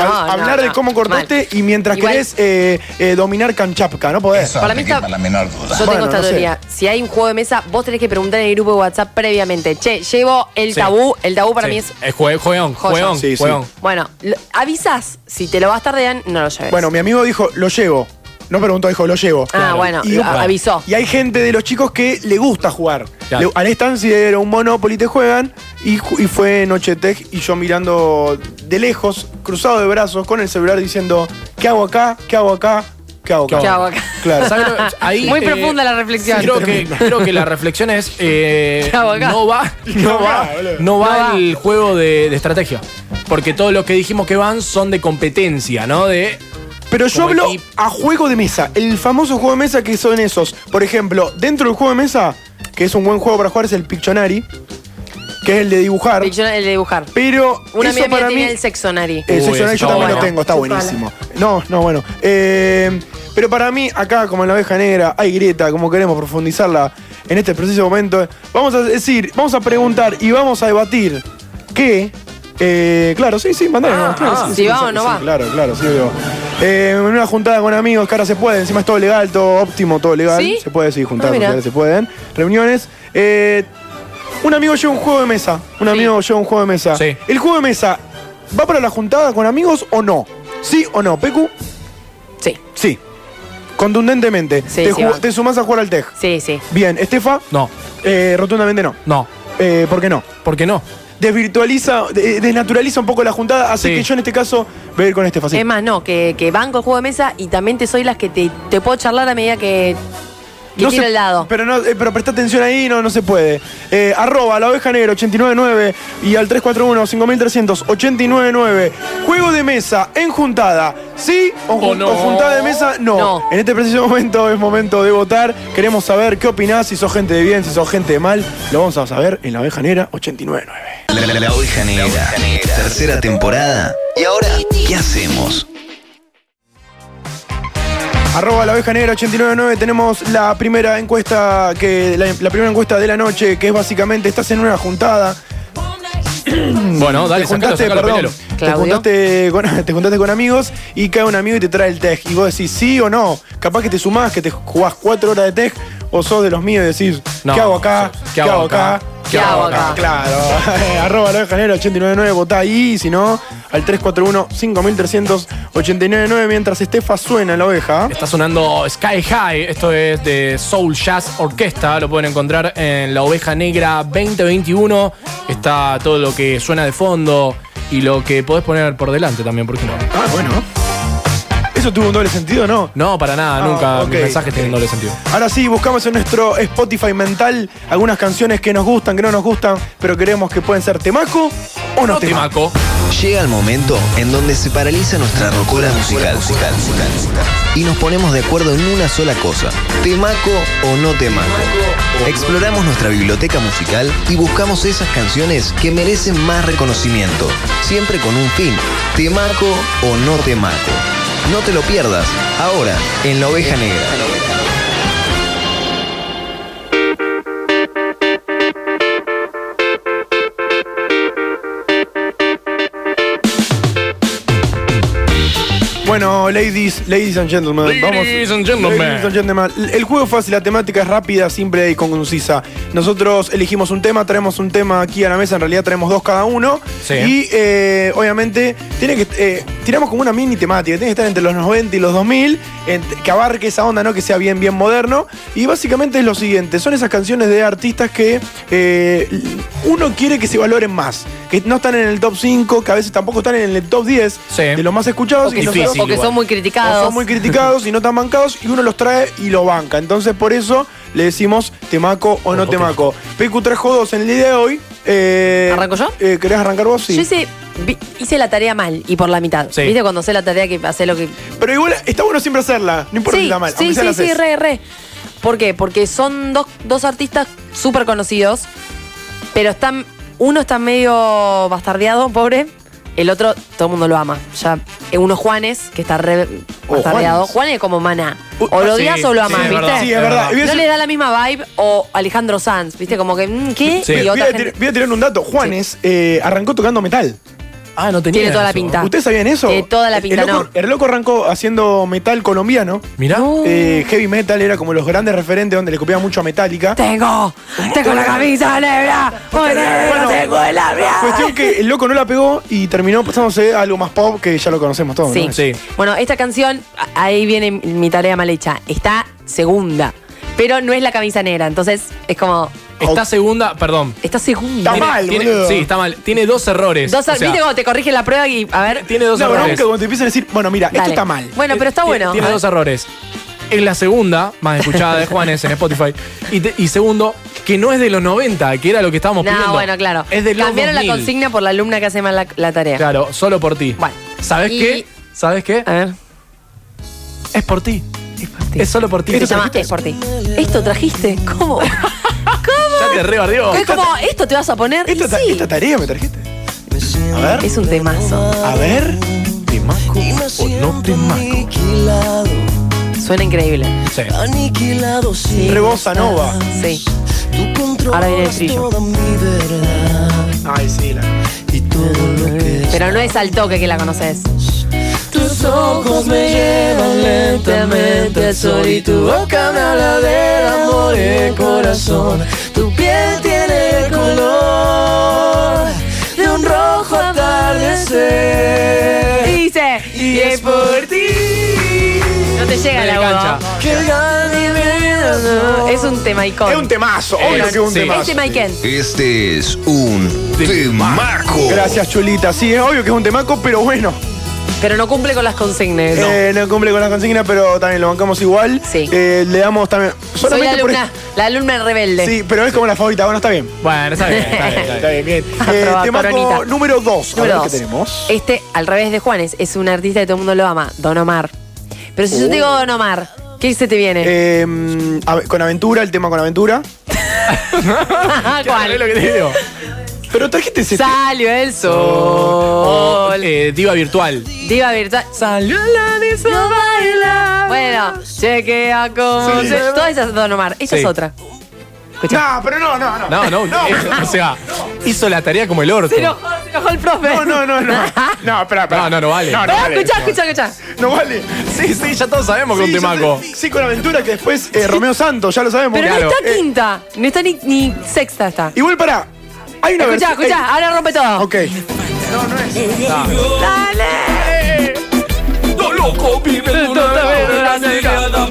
Hab-
No, no,
hablar de
no.
cómo cortaste y mientras
Igual-
querés eh, eh, dominar canchapca, no podés.
Eso, Para mí me está- quepa la
menor
Yo tengo esta teoría. Si hay un juego de mesa, vos tenés que preguntar en el grupo de WhatsApp previamente. Che, llevo el
Sí.
tabú. El tabú para
Sí.
mí es.
Es jue- jueón,
joya.
jueón, jueón.
Bueno, lo- avisas. Si te lo vas tardean, no lo lleves.
Bueno, mi amigo dijo, lo llevo. No preguntó, dijo, lo llevo.
Ah, bueno, a- avisó.
Y hay gente de los chicos que le gusta jugar. Le- al estancia era un Monopoly, te juegan. Y, ju- y fue Noche Tech y yo mirando de lejos, cruzado de brazos, con el celular diciendo, ¿qué hago acá? ¿Qué hago acá? ¿Qué hago acá?
¿Qué hago acá?
Claro.
¿Sabes lo- ahí,
Muy
eh,
profunda la reflexión.
Creo que, creo que la reflexión es. eh,
¿Qué hago acá?
no va, no va, no va el juego de, de estrategia. Porque todos los que dijimos que van son de competencia, ¿no? De.
Pero yo
como
hablo
equipo.
a juego de mesa, el famoso juego de mesa que son esos. Por ejemplo, dentro del juego de mesa, que es un buen juego para jugar, es el Pictionary, que es el de dibujar.
Picciona- El de dibujar.
Pero
Una
eso
amiga mía
para mí.
tenía el sexonari.
El seccional yo también lo
Bueno.
tengo, está
Chupala.
buenísimo. No, no, bueno. Eh, pero para mí, acá, como en la oveja negra, hay grieta, como queremos profundizarla en este preciso momento, vamos a decir, vamos a preguntar y vamos a debatir que. eh, claro, sí, sí, mandemos.
Ah,
claro,
ah,
sí,
si
sí,
va
sí,
o no
sí,
va.
Claro, claro, sí, obvio. Eh, en una juntada con amigos, que ahora se puede, encima es todo legal, todo óptimo, todo legal.
¿Sí?
Se puede, sí, juntar,
Ah, mira.
juntar, se pueden. Reuniones. Eh, un amigo lleva un juego de mesa. Un amigo lleva un juego de mesa.
Sí.
¿El juego de mesa va para la juntada con amigos o no? ¿Sí o no, Pecu?
Sí.
Sí. Contundentemente.
Sí,
te,
sí
ju-
va.
te sumás a jugar al TEG.
Sí, sí.
Bien, Estefa.
No.
Eh, rotundamente no.
No.
Eh, ¿Por qué no?
¿Por qué no?
Desvirtualiza, de- desnaturaliza un poco la juntada, así
Sí.
que yo en este caso voy a ir con Estefa. Sí.
Es más, no, que, que banco el juego de mesa y también te soy las que te, te puedo charlar a medida que, que
No
quiero
se-
el lado.
Pero, no, eh, pero presta atención ahí, no, no se puede. Eh, arroba la oveja negra 899 y al 341 5300 899. Juego de mesa en juntada. ¿Sí o, jun-
no.
o juntada de mesa? No.
No.
En este preciso momento es momento de votar. Queremos saber qué opinás, si sos gente de bien, si sos gente de mal. Lo vamos a saber en la oveja negra 899.
La, la, la oveja negra. Tercera temporada. ¿Y ahora qué hacemos?
Arroba la oveja negra 899 tenemos la primera encuesta que la, la primera encuesta de la noche que es básicamente estás en una juntada.
Bueno, dale,
te
sacalo,
juntaste,
sacalo,
perdón,
Pelero.
te
Claudio.
juntaste, con, te juntaste con amigos y cae un amigo y te trae el tech y vos decís sí o no, capaz que te sumás, que te jugás cuatro horas de tech o sos de los míos y decís
No,
¿qué hago acá?
¿qué hago acá?
¿Qué hago acá?
Claro, arroba la oveja negra 899, votá ahí, si no, al 341-5300-899 mientras Estefa suena la oveja.
Está sonando Sky High, esto es de Soul Jazz Orquesta, lo pueden encontrar en La Oveja Negra 2021. Está todo lo que suena de fondo y lo que podés poner por delante también, ¿por qué no?
Ah, bueno. ¿Eso tuvo un doble sentido no?
No, para nada,
Ah,
nunca
ok,
mis mensajes tienen doble sentido.
Ahora sí, buscamos en nuestro Spotify mental algunas canciones que nos gustan, que no nos gustan, pero queremos que pueden ser temaco o no, temaco.
Llega el momento en donde se paraliza nuestra rocola musical, musical, musical, musical. y nos ponemos de acuerdo en una sola cosa, temaco o no temaco. Exploramos nuestra biblioteca musical y buscamos esas canciones que merecen más reconocimiento, siempre con un fin, temaco o no temaco. No te lo pierdas, ahora en La Oveja Negra.
Bueno, ladies, ladies and gentlemen,
Ladies and gentlemen.
Ladies and gentlemen. El juego es fácil, la temática es rápida, simple y concisa. Nosotros elegimos un tema, traemos un tema aquí a la mesa, en realidad traemos dos cada uno.
Sí.
Y eh, obviamente tiene que eh, tiramos como una mini temática, tiene que estar entre los 90 y los 2000, ent- que abarque esa onda, ¿no? Que sea bien, bien moderno. Y básicamente es lo siguiente, son esas canciones de artistas que eh, l- uno quiere que se valoren más, que no están en el top 5, que a veces tampoco están en el top 10 de los más escuchados.
O que,
y
son,
nosotros-
o que son muy criticados.
o son muy criticados y no tan bancados y uno los trae y lo banca. Entonces por eso le decimos temaco o no temaco. Pecu trajo dos en el día de hoy. Eh,
¿Arranco yo?
eh, ¿Querés arrancar vos? Sí.
Yo hice, vi- hice la tarea mal y por la mitad.
Sí.
¿Viste cuando sé la tarea que hace lo que.
Pero igual está bueno siempre hacerla. No importa si
Sí,
está mal. aunque
sí,
sea la
sí, sí,
haces.
re, re. ¿Por qué? Porque son dos, dos artistas súper conocidos, pero están. Uno está medio bastardeado, pobre. El otro, todo el mundo lo ama. Ya eh, unos Juanes, que está re
Oh, Juanes. Uh,
bastardeado.
ah,
Juanes es como maná. O lo
sí,
odias o lo
sí, es
amas,
verdad,
¿viste?
sí, es verdad. Y voy a
No
hacer-
le da la misma vibe o Alejandro Sanz, ¿viste? Como que, mm, ¿qué?
Sí.
Y
Voy,
otra
a
gente.
tir- voy a tirar un dato. Juanes eh, arrancó tocando metal.
Ah, no
tenía Tiene toda la eso. pinta.
¿Ustedes sabían eso?
Tiene toda la
El-
pinta,
el loco,
no.
el loco arrancó haciendo metal colombiano.
Mirá.
Uh.
Eh, heavy metal era como los grandes referentes donde le copiaba mucho a Metallica.
Tengo, tengo la camisa negra, hoy negra tengo el labia.
Cuestión que el loco no la pegó y terminó pasándose a algo más pop que ya lo conocemos todos.
Sí.
¿no?
Bueno, esta canción, a- ahí viene mi tarea mal hecha. Está segunda, pero no es la camisa negra. Entonces es como.
Está segunda, perdón.
Está segunda.
Tiene- tiene- Sí, está mal. Tiene dos errores.
Dos,
o sea,
¿Viste cómo te corrigen la prueba y a ver?
Tiene dos
La
errores.
bronca cuando te empiezan a decir, bueno, mira,
Dale.
esto está mal.
Bueno, pero está
Ti-
bueno.
Tiene
A ver.
dos errores. Es la segunda más escuchada de Juanes en Spotify. Y, te- y segundo, que no es de los 90, que era lo que estábamos
No,
pidiendo.
bueno, claro.
Es de los
Cambiaron
2000.
la consigna por la alumna que hace mal la, la tarea.
Claro, solo por ti.
Bueno.
¿Sabes
Y-
qué? ¿Sabes qué?
A ver.
Es por ti. Es solo por ti.
Se llama Es por ti. ¿Esto trajiste? ¿Cómo?
Ya te rebardeó.
Es como, ¿esto te vas a poner? Y
Esta,
sí.
esta tarea me trajiste. A ver.
Es un temazo.
A ver. Temaco o no temaco.
Suena increíble.
Sí.
Rebosa Nova.
Sí. Ahora viene el trillo.
Ay, sí, la.
Pero no es al toque que la conoces.
Tus ojos me llevan lentamente al sol y tu boca me habla del amor y el corazón. Tu piel tiene el color de un rojo atardecer.
Dice.
Y es por ti.
No te llega
Me
la
engancha.
boda.
Que gane mi
Es un tema icónico.
Es un temazo, obvio que es un
sí.
temazo.
Es tema Iken.
Este es un temaco.
Gracias, Chulita. Sí, es obvio que es un temaco, pero bueno.
Pero no cumple con las consignas.
Eh, no cumple con la consigna, pero también lo bancamos igual.
Sí.
Eh, le damos también.
Soy la
Solamente por
alumna, la alumna rebelde.
Sí, pero es como la favorita. Bueno, está bien.
Bueno, está bien, está bien, está
Está bien, bien. Eh,
Aprobado,
temaco
coronita.
número 2.
Número
¿Qué
dos.
tenemos?
Este, al revés de Juanes, es un artista que todo el mundo lo ama, Don Omar. Pero si yo te digo Don Omar, ¿qué se te viene?
Oh. Eh, a ver, con aventura, el tema con aventura.
¿Sabés lo que
¿Cuál?
te digo?
Pero trajiste ese.
Salió el
Oh,
O,
sol.
eh, diva virtual.
Diva virtual. Salió la lisa baila. Bueno, chequea cómo
Sí.
se. Todas esas Don Omar. Esa
Sí.
es otra.
No, pero no, no, no.
No, no,
No,
eh, o sea, hizo la tarea como el orto.
Se enojó, se enojó el profe.
No, no, no, no. Ah, No, espera, espera.
No, no, no vale.
No, no
Ah,
vale.
escuchá, escuchá, escuchá.
No vale.
Sí, sí, ya todos sabemos que
Sí,
es un temaco.
yo te- Sí, con aventura que después eh, Romeo Santos, ya lo sabemos.
Pero
Claro.
no está
Eh,
quinta, no está ni, ni sexta está.
Igual pará. Hay una
Escuchá,
versión.
escuchá, ahora rompe todo.
eh, Ok. No, no es. Eh.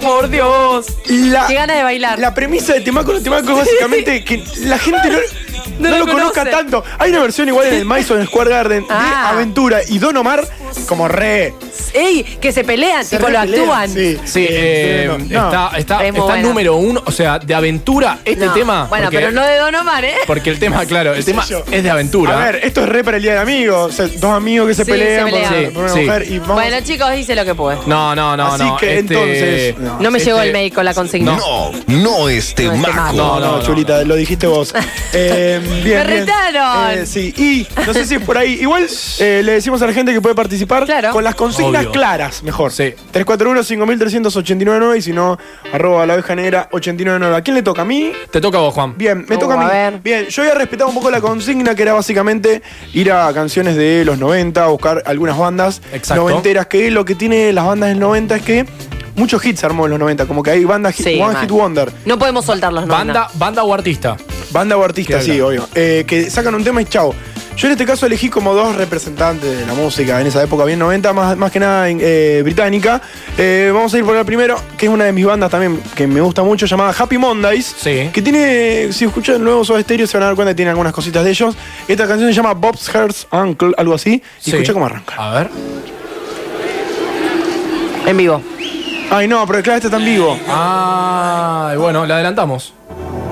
por Dios.
La,
Qué ganas de bailar.
la premisa de Temaco no Temaco es básicamente que la gente no,
No
no
lo
lo conozca
conoce.
tanto. Hay una versión igual en el Madison Square Garden
Ah.
de Aventura y Don Omar como re.
Ey, que se pelean, tipo lo
repelean,
actúan.
Sí,
Sí, eh,
no, no.
está, está,
Es muy
está
buena.
número uno, o sea, de aventura este
No,
tema.
Bueno,
porque-
pero no de Don Omar, ¿eh?
Porque el tema, claro, el tema
yo.
es de aventura.
A ver, esto es re para el día de amigos. O sea, dos amigos que se
Sí,
pelean,
se
por-
pelean.
por una
Sí, sí.
mujer y vamos.
Bueno, chicos, hice lo que pude.
No,
No,
no, no,
Así
no.
que entonces, no.
me
este-
llegó el mail con la consigna.
No, no es temaco.
No,
No, no,
no, no,
Chulita, lo dijiste vos. Eh, bien,
Me
bien.
retaron.
Eh, sí, y no sé si es por ahí. Igual eh, le decimos a la gente que puede participar
Claro.
con las consignas
Obvio.
claras, mejor.
Sí.
341-5389 y si no, arroba la oveja negra 899. ¿A quién le toca? ¿A mí?
Te toca a vos, Juan.
Bien, me
Uh,
toca a mí.
a ver.
Bien, yo había respetado un poco la consigna que era básicamente ir a canciones de los 90, buscar algunas bandas
Exacto.
noventeras, que lo que tiene las bandas del 90 es que muchos hits se armó en los 90, como que hay bandas hit-
Sí,
One
mal.
Hit Wonder.
No podemos soltarlos, no.
Banda, banda o artista.
Banda o artista,
Quiero
sí, obvio. Eh, que sacan un tema y chao. Yo en este caso elegí como dos representantes de la música en esa época, bien 90, más, más que nada eh, británica. Eh, vamos a ir por el primero, que es una de mis bandas también que me gusta mucho, llamada Happy Mondays.
Sí.
Que tiene, si escuchan nuevos o estéreo, se van a dar cuenta que tiene algunas cositas de ellos. Esta canción se llama Bob's Hearts Uncle, algo así. Y
Sí.
escucha cómo arranca.
A ver.
no. En vivo.
Ay, no, pero claro, este está en vivo.
Ah, bueno, la adelantamos.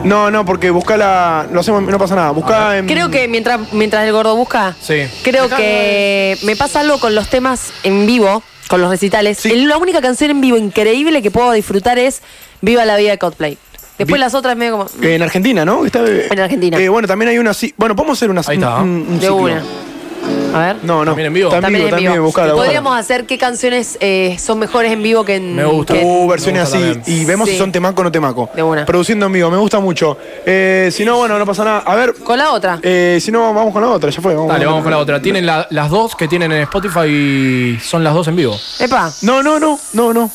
No, no, porque busca la. Lo hacemos, no pasa nada. Busca en.
Creo que mientras, mientras el gordo busca,
Sí.
creo que me pasa algo con los temas en vivo, con los recitales. El- La única canción en vivo increíble que puedo disfrutar es Viva la vida de Coldplay. Después
Vi-
las otras medio como...
Eh, En Argentina, ¿no? Está, eh,
En Argentina.
eh, bueno, también hay una. ci- Bueno, podemos hacer una.
Ahí está.
un- un- un
mm, De
ciclo.
una. A ver.
No, no.
También en vivo.
También en vivo.
buscala,
Podríamos hacer qué canciones eh, son mejores en vivo que en.
Me gusta.
que-
Uh, versiones
Me gusta
así.
también.
Y vemos
Sí.
si son temaco o no temaco.
De una.
Produciendo en vivo, me gusta mucho. Eh, si no, bueno, no pasa nada. A ver.
Con la otra.
eh, si no, vamos con la otra, ya fue.
Dale, vamos con la otra. Tienen la- las dos que tienen en Spotify y son las dos en vivo.
Epa.
No, no, no, no, no.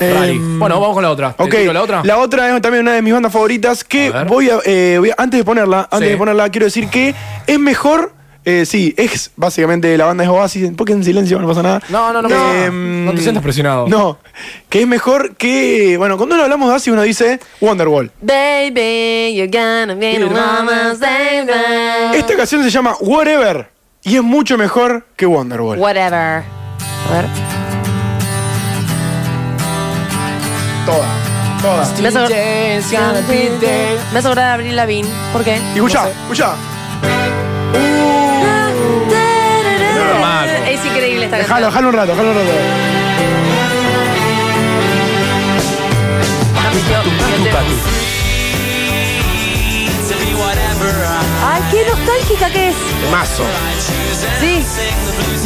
Rally.
Em,
bueno, vamos con la otra. ¿Te
Ok,
tiro la otra?
es también una de mis bandas favoritas que voy a, eh, voy a- antes de ponerla, antes
Sí.
de ponerla quiero decir que es mejor, eh, sí, es básicamente la banda es Oasis, ¿por qué en silencio? No pasa nada.
No, no, no. pasa
Em,
nada. no te sientas presionado.
No, que es mejor que, bueno, cuando uno hablamos de Oasis uno dice Wonderwall.
Baby, you're gonna be the woman's name.
Esta canción se llama Whatever y es mucho mejor que Wonderwall.
Whatever. A ver.
Toda, toda.
Me hace acordar- Me hace acordar a Abril Lavigne. ¿Por qué?
Y escuchá, escuchá.
Ah. Es increíble esta
Dejalo,
canción.
dejalo un rato, dejalo un rato.
Ay, qué nostálgica que es.
Mazo.
Sí.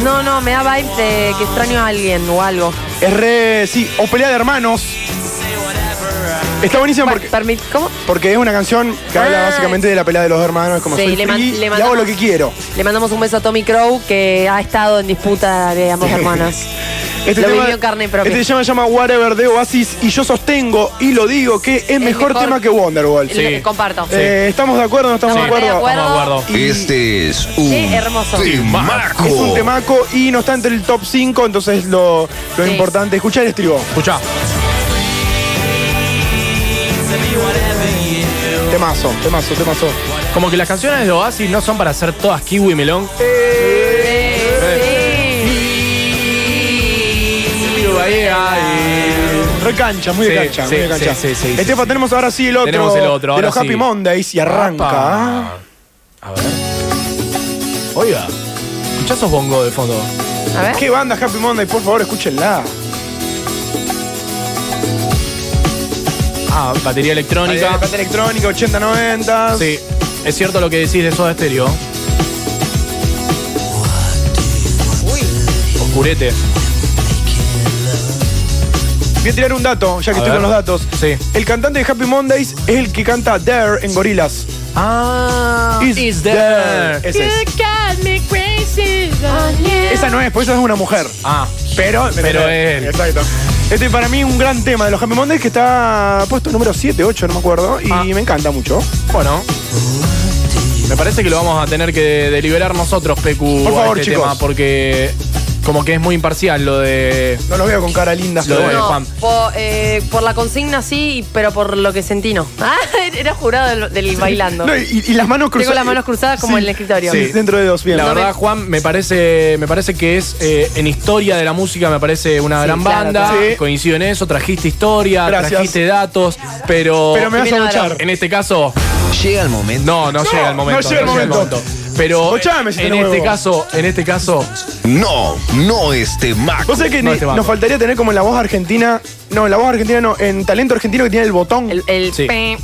No, no, me da vibes de que extraño a alguien o algo.
Es re. Sí, o pelea de hermanos. Está buenísimo porque,
Permit- ¿Cómo?
porque es una canción que habla
Ah,
básicamente de la pelea de los hermanos. Como
Sí,
soy
le man-
free
le
y hago
mandamos-
lo que quiero.
Le mandamos un beso a Tommy Crow que ha estado en disputa de ambos hermanos. Lo vivió en carne propia.
Este tema se llama Whatever de Oasis y yo sostengo y lo digo que es, mejor,
mejor-
tema que Wonderwall.
Lo- Comparto.
Eh, ¿Estamos de acuerdo o no estamos
Estamos
de
re de
acuerdo?
acuerdo. Estamos de acuerdo.
Este es un
Mm.
Qué hermoso.
temaco.
Es un temaco y no está entre el top 5, entonces lo, lo importante es escuchar el estribo.
Escuchá.
Temazo, temazo, temazo.
Como que las canciones de Oasis no son para hacer todas kiwi y melón.
Recancha, muy de
Sí,
cancha,
sí,
muy de
sí,
cancha.
sí, sí, sí,
Estefa,
sí.
tenemos ahora sí el otro,
Tenemos el otro,
de
ahora
los Happy
sí.
Mondays y arranca.
Apa. Oiga, escuchá esos bongos de fondo.
A ver.
¿ah? ¿Qué banda Happy Monday? Por favor, escúchenla.
Ah, batería electrónica.
Plata electrónica, 80-90.
Sí, es cierto lo que decís de Soda Stereo. Oscurete.
Voy a tirar un dato, ya que
A
estoy
ver.
con los datos.
Sí.
El cantante de Happy Mondays es el que canta There en Gorilas.
Ah,
Is there. Ese es. Esa no es, por eso es una mujer.
Ah,
Pero, eh,
pero él.
Exacto. Este para mí un gran tema de los Happy Mondays que está puesto número 7, 8, no me acuerdo.
Ah.
Y me encanta mucho.
Bueno. Me parece que lo vamos a tener que deliberar nosotros, PQ,
Por
a
favor,
este
chicos.
tema, porque como que es muy imparcial lo de.
No los veo con cara linda.
Lo
pero
de
bueno.
Juan.
Por, eh, por la consigna sí, pero por lo que sentí no. Ah, era jurado del, del bailando.
No, y, y las manos cruzadas.
Tengo las manos cruzadas como
Sí,
en el escritorio.
Sí, dentro de dos, bien.
La
No me-
verdad, Juan, me parece, me parece que es eh, en historia de la música, me parece una
Sí,
gran
claro,
banda.
claro. Sí.
Coincido en eso, trajiste historia,
Gracias.
trajiste datos, pero.
Pero me vas a luchar.
En este caso,
Llega el momento.
no, no,
No,
llega el
no
momento.
llega el momento.
Pero
Escuchame si
en
tenés
este
huevo.
caso, en este caso,
No, no es temaco.
Vos sabés que
No,
ni-
este banco.
nos faltaría tener como en la voz argentina. No, en la voz argentina no, en talento argentino que tiene el botón.
El, el
Sí.
pe-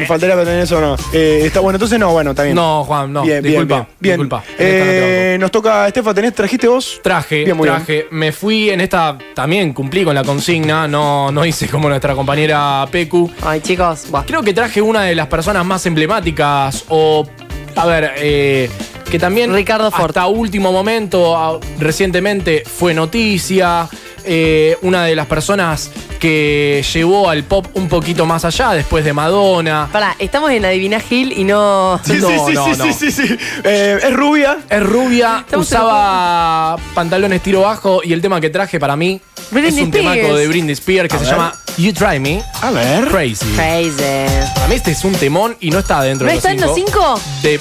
Nos faltaría tener eso no. Eh, está bueno, entonces no, bueno, está bien.
no, Juan, no.
bien, bien,
disculpa,
bien, bien.
disculpa. En esta no te banco.
Eh, nos toca, Estefa, tenés, trajiste vos.
Traje,
Bien, muy bien.
traje. Me fui en esta. También cumplí con la consigna. No, no hice como nuestra compañera Pecu.
Ay, chicos, buah.
Creo que traje una de las personas más emblemáticas. O. A ver, eh, que también.
Ricardo Ford.
Hasta último momento, a- recientemente fue noticia. eh, una de las personas que llevó al pop un poquito más allá después de Madonna.
Pará, estamos en Adivina Gil y no.
Sí,
No,
sí, sí,
no,
sí,
no.
sí, sí, sí. Eh, es rubia.
Es rubia,
Estamos
usaba pantalones tiro bajo y el tema que traje para mí
Britney
es un
Spears.
temaco de Britney Spears que se llama You Try Me.
A ver.
Crazy.
Crazy.
Para mí este es un temón y no está dentro
¿No
de los
está en
cinco.
los cinco?
De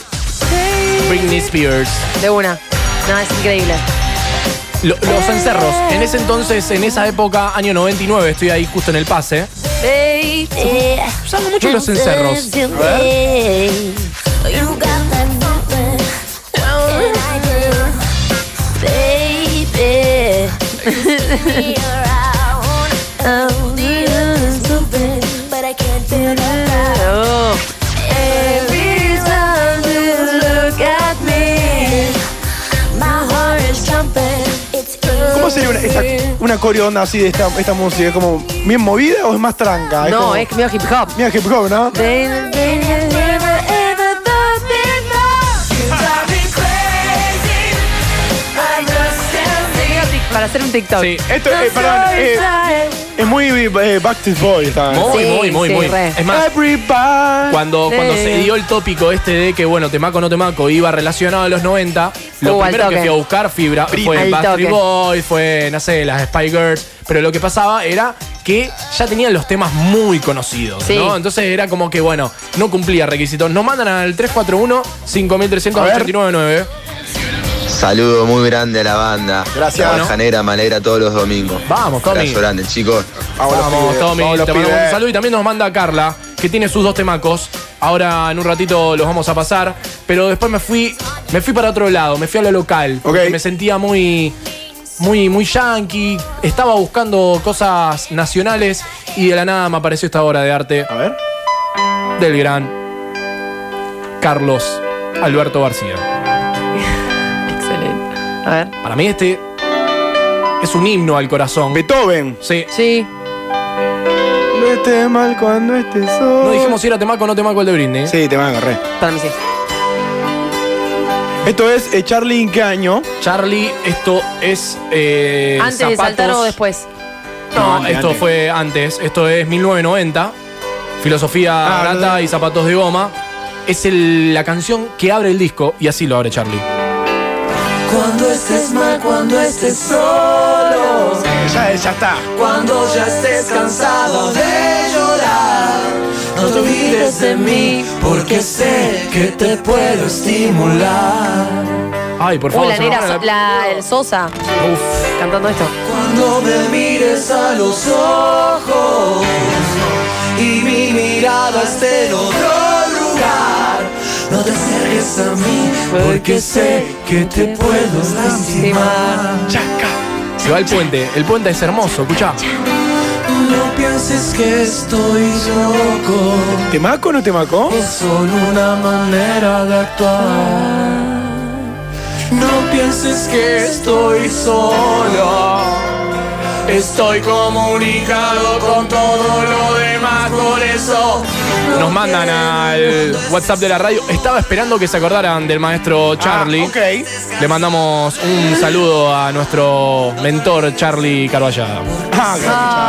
Britney Spears.
De una. No, es increíble.
Lo- los encerros. En ese entonces, en esa época, año 99, estoy ahí justo en el pase. Usaban mucho los encerros.
Oh. Every time you look at me, my
¿Cómo sería una, esta, una coreo onda así de esta, esta música? ¿Es como bien movida o es más tranca?
No,
como-
es medio hip hop.
Mira hip hop, ¿no?
Para hacer un TikTok.
Sí.
Esto, eh, perdón, eh, es muy eh, Backstreet Boys. esta vez.
Muy, muy, muy, muy. Es más, cuando, cuando
Sí.
se dio el tópico este de que, bueno, temaco no temaco iba relacionado a los 90, lo
Uh, al
primero que
toque.
fui a buscar fibra
Al
fue Backstreet
toque.
Boys, fue, no sé, las Spy Girls, pero lo que pasaba era que ya tenían los temas muy conocidos,
Sí.
¿no? Entonces era como que, bueno, no cumplía requisitos. Nos mandan al 341 53899
Saludo muy grande a la banda.
Gracias.
La bajanera me alegra todos los domingos.
Vamos, Tommy.
Abrazo grande, chicos.
Vamos, Tommy,
los
te mandamos
pibes.
un saludo y también nos manda Carla, que tiene sus dos temacos. Ahora en un ratito los vamos a pasar, pero después me fui, me fui para otro lado, me fui a lo local, porque me sentía muy muy muy yankee, estaba buscando cosas nacionales y de la nada me apareció esta obra de arte. A ver. Del gran Carlos Alberto García.
Excelente. A ver.
Para mí este es un himno al corazón.
Beethoven.
Sí.
Sí.
No esté mal cuando estés solo.
No dijimos si era temaco o no temaco el de Britney.
Sí, temaco, re.
Para mí sí.
Esto es eh, Charlie ¿en qué año?
Charlie, esto es. eh,
Antes de
zapatos-
saltar o después.
No,
antes,
esto
antes.
fue antes. Esto es 1990. Filosofía
Ah,
barata y zapatos de goma. Es el- la canción que abre el disco y así lo abre Charlie.
Cuando estés mal, cuando estés solo.
Ya, ya está.
Cuando ya estés cansado de llorar. No te olvides de mí, porque sé que te puedo estimular.
Ay, por
Uh,
favor,
la
se me
negra,
pone la-
so- la, el Sosa. Cantando esto.
Cuando me mires a los ojos y mi mirada esté en otro lugar, no te acerques a mí porque sé que te puedo lastimar.
Se va el puente. El puente es hermoso, escuchá.
No pienses que estoy loco,
¿Temaco o no temaco?
es solo una manera de actuar. No pienses que estoy solo. Estoy comunicado con todo lo demás, por eso.
Nos mandan al WhatsApp de la radio. Estaba esperando que se acordaran del maestro Charlie. Le mandamos un saludo a nuestro mentor Charlie Carballada.
Ah,
Ah,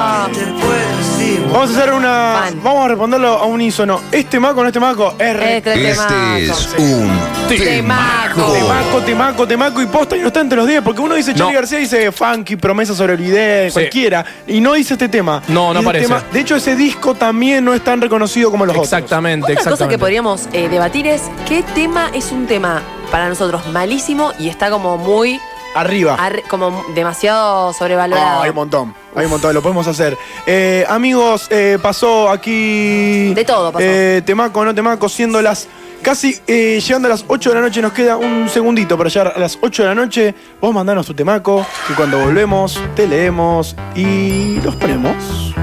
Vamos a hacer una. Vamos a responderlo a un unísono. ¿Este maco o no este maco? R.
Este Este temaco.
es
un
temaco.
Temaco, temaco, temaco y posta y no está entre los 10. Porque uno dice Charlie García, dice funky, promesa sobre olvidé, cualquiera. Y no dice este tema.
No, no
Y el
aparece.
de hecho, ese disco también no es tan reconocido como los
Exactamente,
otros.
Otra cosa que podríamos eh, debatir es qué tema es un tema para nosotros malísimo y está como muy.
Arriba.
ar- como demasiado sobrevalorado.
Ah, hay un montón, hay un montón, lo podemos hacer. Eh, amigos, eh, pasó aquí. De todo
pasó.
temaco, no temaco, siendo las. Casi eh, llegando a las 8 de la noche, nos queda un segundito para llegar a las 8 de la noche. Vos mandanos tu temaco, que cuando volvemos te leemos y los ponemos.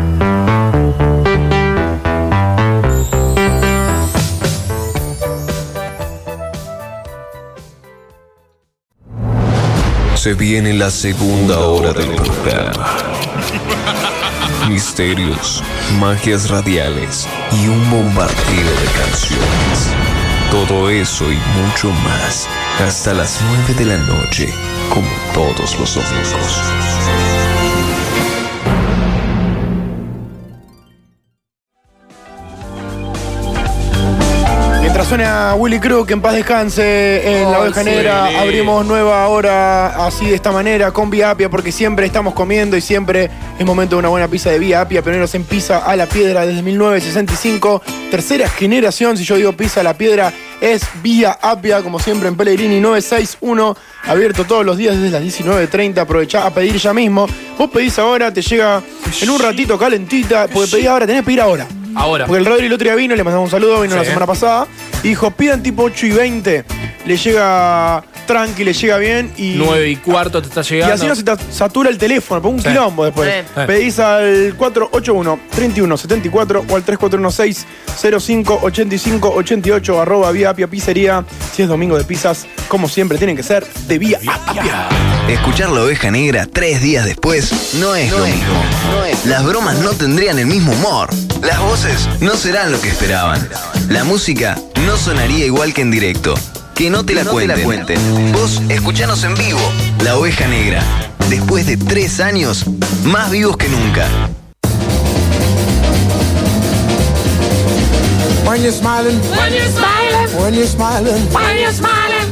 Se viene la segunda hora del programa. Misterios, magias radiales y un bombardeo de canciones. Todo eso y mucho más hasta las 9 de la noche, como todos los domingos.
Mientras suena Willy Crook, que en paz descanse en La
Oh,
Oveja
sí.
Negra,
Willy.
abrimos nueva hora así de esta manera con Vía Apia, porque siempre estamos comiendo y siempre es momento de una buena pizza de Vía Apia, pioneros en pizza a la piedra desde 1965, tercera generación, si yo digo pizza a la piedra, es Vía Apia, como siempre en Pellegrini 961, abierto todos los días desde las 19.30, aprovechá a pedir ya mismo, vos pedís ahora, te llega en un ratito calentita, porque pedís ahora, tenés que pedir ahora.
Ahora.
Porque el Rodri el otro día vino, le mandamos un saludo, vino
Sí.
la semana pasada. Y dijo, pidan tipo 8 y 20. Le llega tranqui, le llega bien y.
9 y cuarto te está
Y
llegando.
así no se te satura el teléfono, pongo un
Sí.
quilombo después.
Sí.
Pedís al 481-3174 o al 3416-058588 arroba vía apia pizzería. Si es domingo de pizzas, como siempre, tienen que ser de vía apia.
Escuchar la oveja negra tres días después no es lo mismo. Las bromas no tendrían el mismo humor. Las voces no serán lo que esperaban. La música no sonaría igual que en directo. Que no te la, cuenten. Vos escuchanos en vivo. La oveja negra. Después de tres años, más vivos que nunca.
When you're smiling, when you're smiling, when you're smiling, when you're smiling.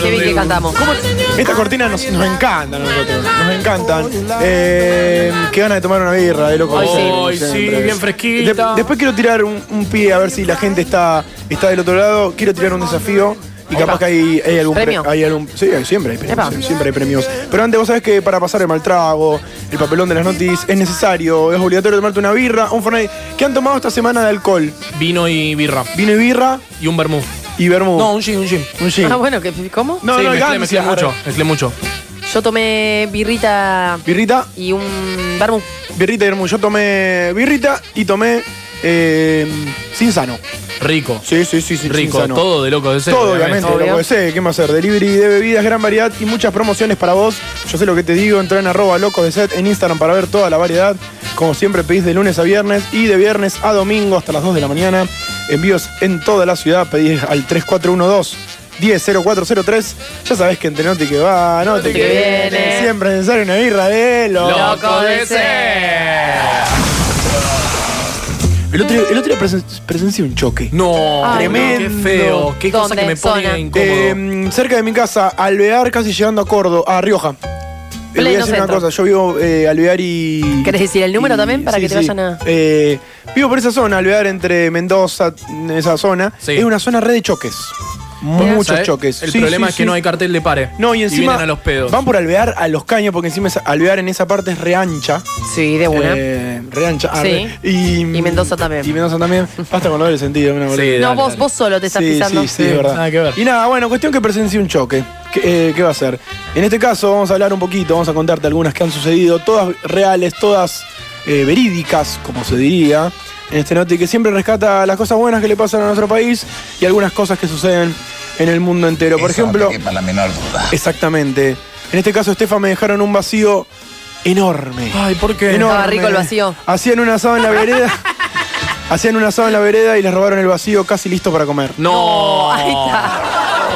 Qué bien que cantamos. ¿Cómo-
Esta cortina nos, nos encanta a nosotros, nos encantan. Eh, qué gana de tomar una birra, de loco.
Ay, sí.
Como
Ay, sí,
siempre.
bien fresquita.
De- después quiero tirar un, un pie a ver si la gente está, está del otro lado. Quiero tirar un desafío. Y capaz que hay, hay algún
¿Premio?
pre- hay algún- sí, hay- siempre hay premios. sí, Siempre hay premios. Pero antes vos sabés que para pasar el mal trago, el papelón de las noticias, es necesario, es obligatorio tomarte una birra, un Fortnite. ¿Qué han tomado esta semana de alcohol?
Vino y birra.
Vino y birra
Y un vermú.
y vermú.
No, un gin, un gin.
Un gin.
Ah, bueno, ¿qué- ¿cómo?
No,
sí,
no,
mezclé,
gancia,
mezclé
arre.
mucho, mezclé mucho.
Yo tomé birrita
Birrita,
y un vermú.
Birrita y vermú. Yo tomé birrita y tomé eh, sin sano.
Rico.
Sí, sí, sí, sí.
Rico,
sin sano.
todo de loco de ser,
Todo, obviamente,
obvio.
loco de ser, ¿Qué más hacer? Delivery de bebidas, gran variedad y muchas promociones para vos. Yo sé lo que te digo. Entra en arroba locos de set en Instagram para ver toda la variedad. Como siempre, pedís de lunes a viernes y de viernes a domingo hasta las 2 de la mañana. Envíos en toda la ciudad. Pedís al 3412. 100403, ya sabés que entre no te que va, no te que viene. Siempre es necesario una birra de
Loco de ser.
El otro, el otro día presen- presencié un choque.
No,
Ay,
Qué feo. Qué cosa que me pone incómodo.
Eh, cerca de mi casa, Alvear, casi llegando a Córdoba, a Rioja. Eh, voy a
Pleno
decir una
centro.
cosa, yo vivo eh, Alvear y.
¿Querés decir el número
y-
también para
sí,
que te
sí.
vayan a.?
Eh, vivo por esa zona, Alvear entre Mendoza, en esa zona. Es una zona red de choques. Muchos
¿Sabés?
choques.
¿eh? El
Sí,
problema
sí,
es que
sí.
no hay cartel de pare.
No, y encima
vienen a los pedos.
van por alvear a los caños, porque encima es- alvear en esa parte es reancha.
Sí, de
una.
Eh, reancha. ah,
Sí.
re- y, y
Mendoza también.
Y Mendoza también. Basta con lo del sentido. Una boludez.
no, vos, vos solo te estás
sí,
pisando.
Sí, sí, es verdad. Y nada, bueno, cuestión que presencie un choque. ¿Qué, eh, qué va a ser? En este caso vamos a hablar un poquito, vamos a contarte algunas que han sucedido, todas reales, todas eh, verídicas, como se diría. En este noti que siempre rescata las cosas buenas que le pasan a nuestro país y algunas cosas que suceden en el mundo entero. Por ejemplo,
la menor duda.
exactamente. En este caso, Estefa me dejaron un vacío enorme.
Ay, ¿por qué?
Enorme.
Estaba rico el vacío.
Hacían un asado en la vereda. Hacían un asado en la vereda y les robaron el vacío casi listo para comer.
No.
Ahí está.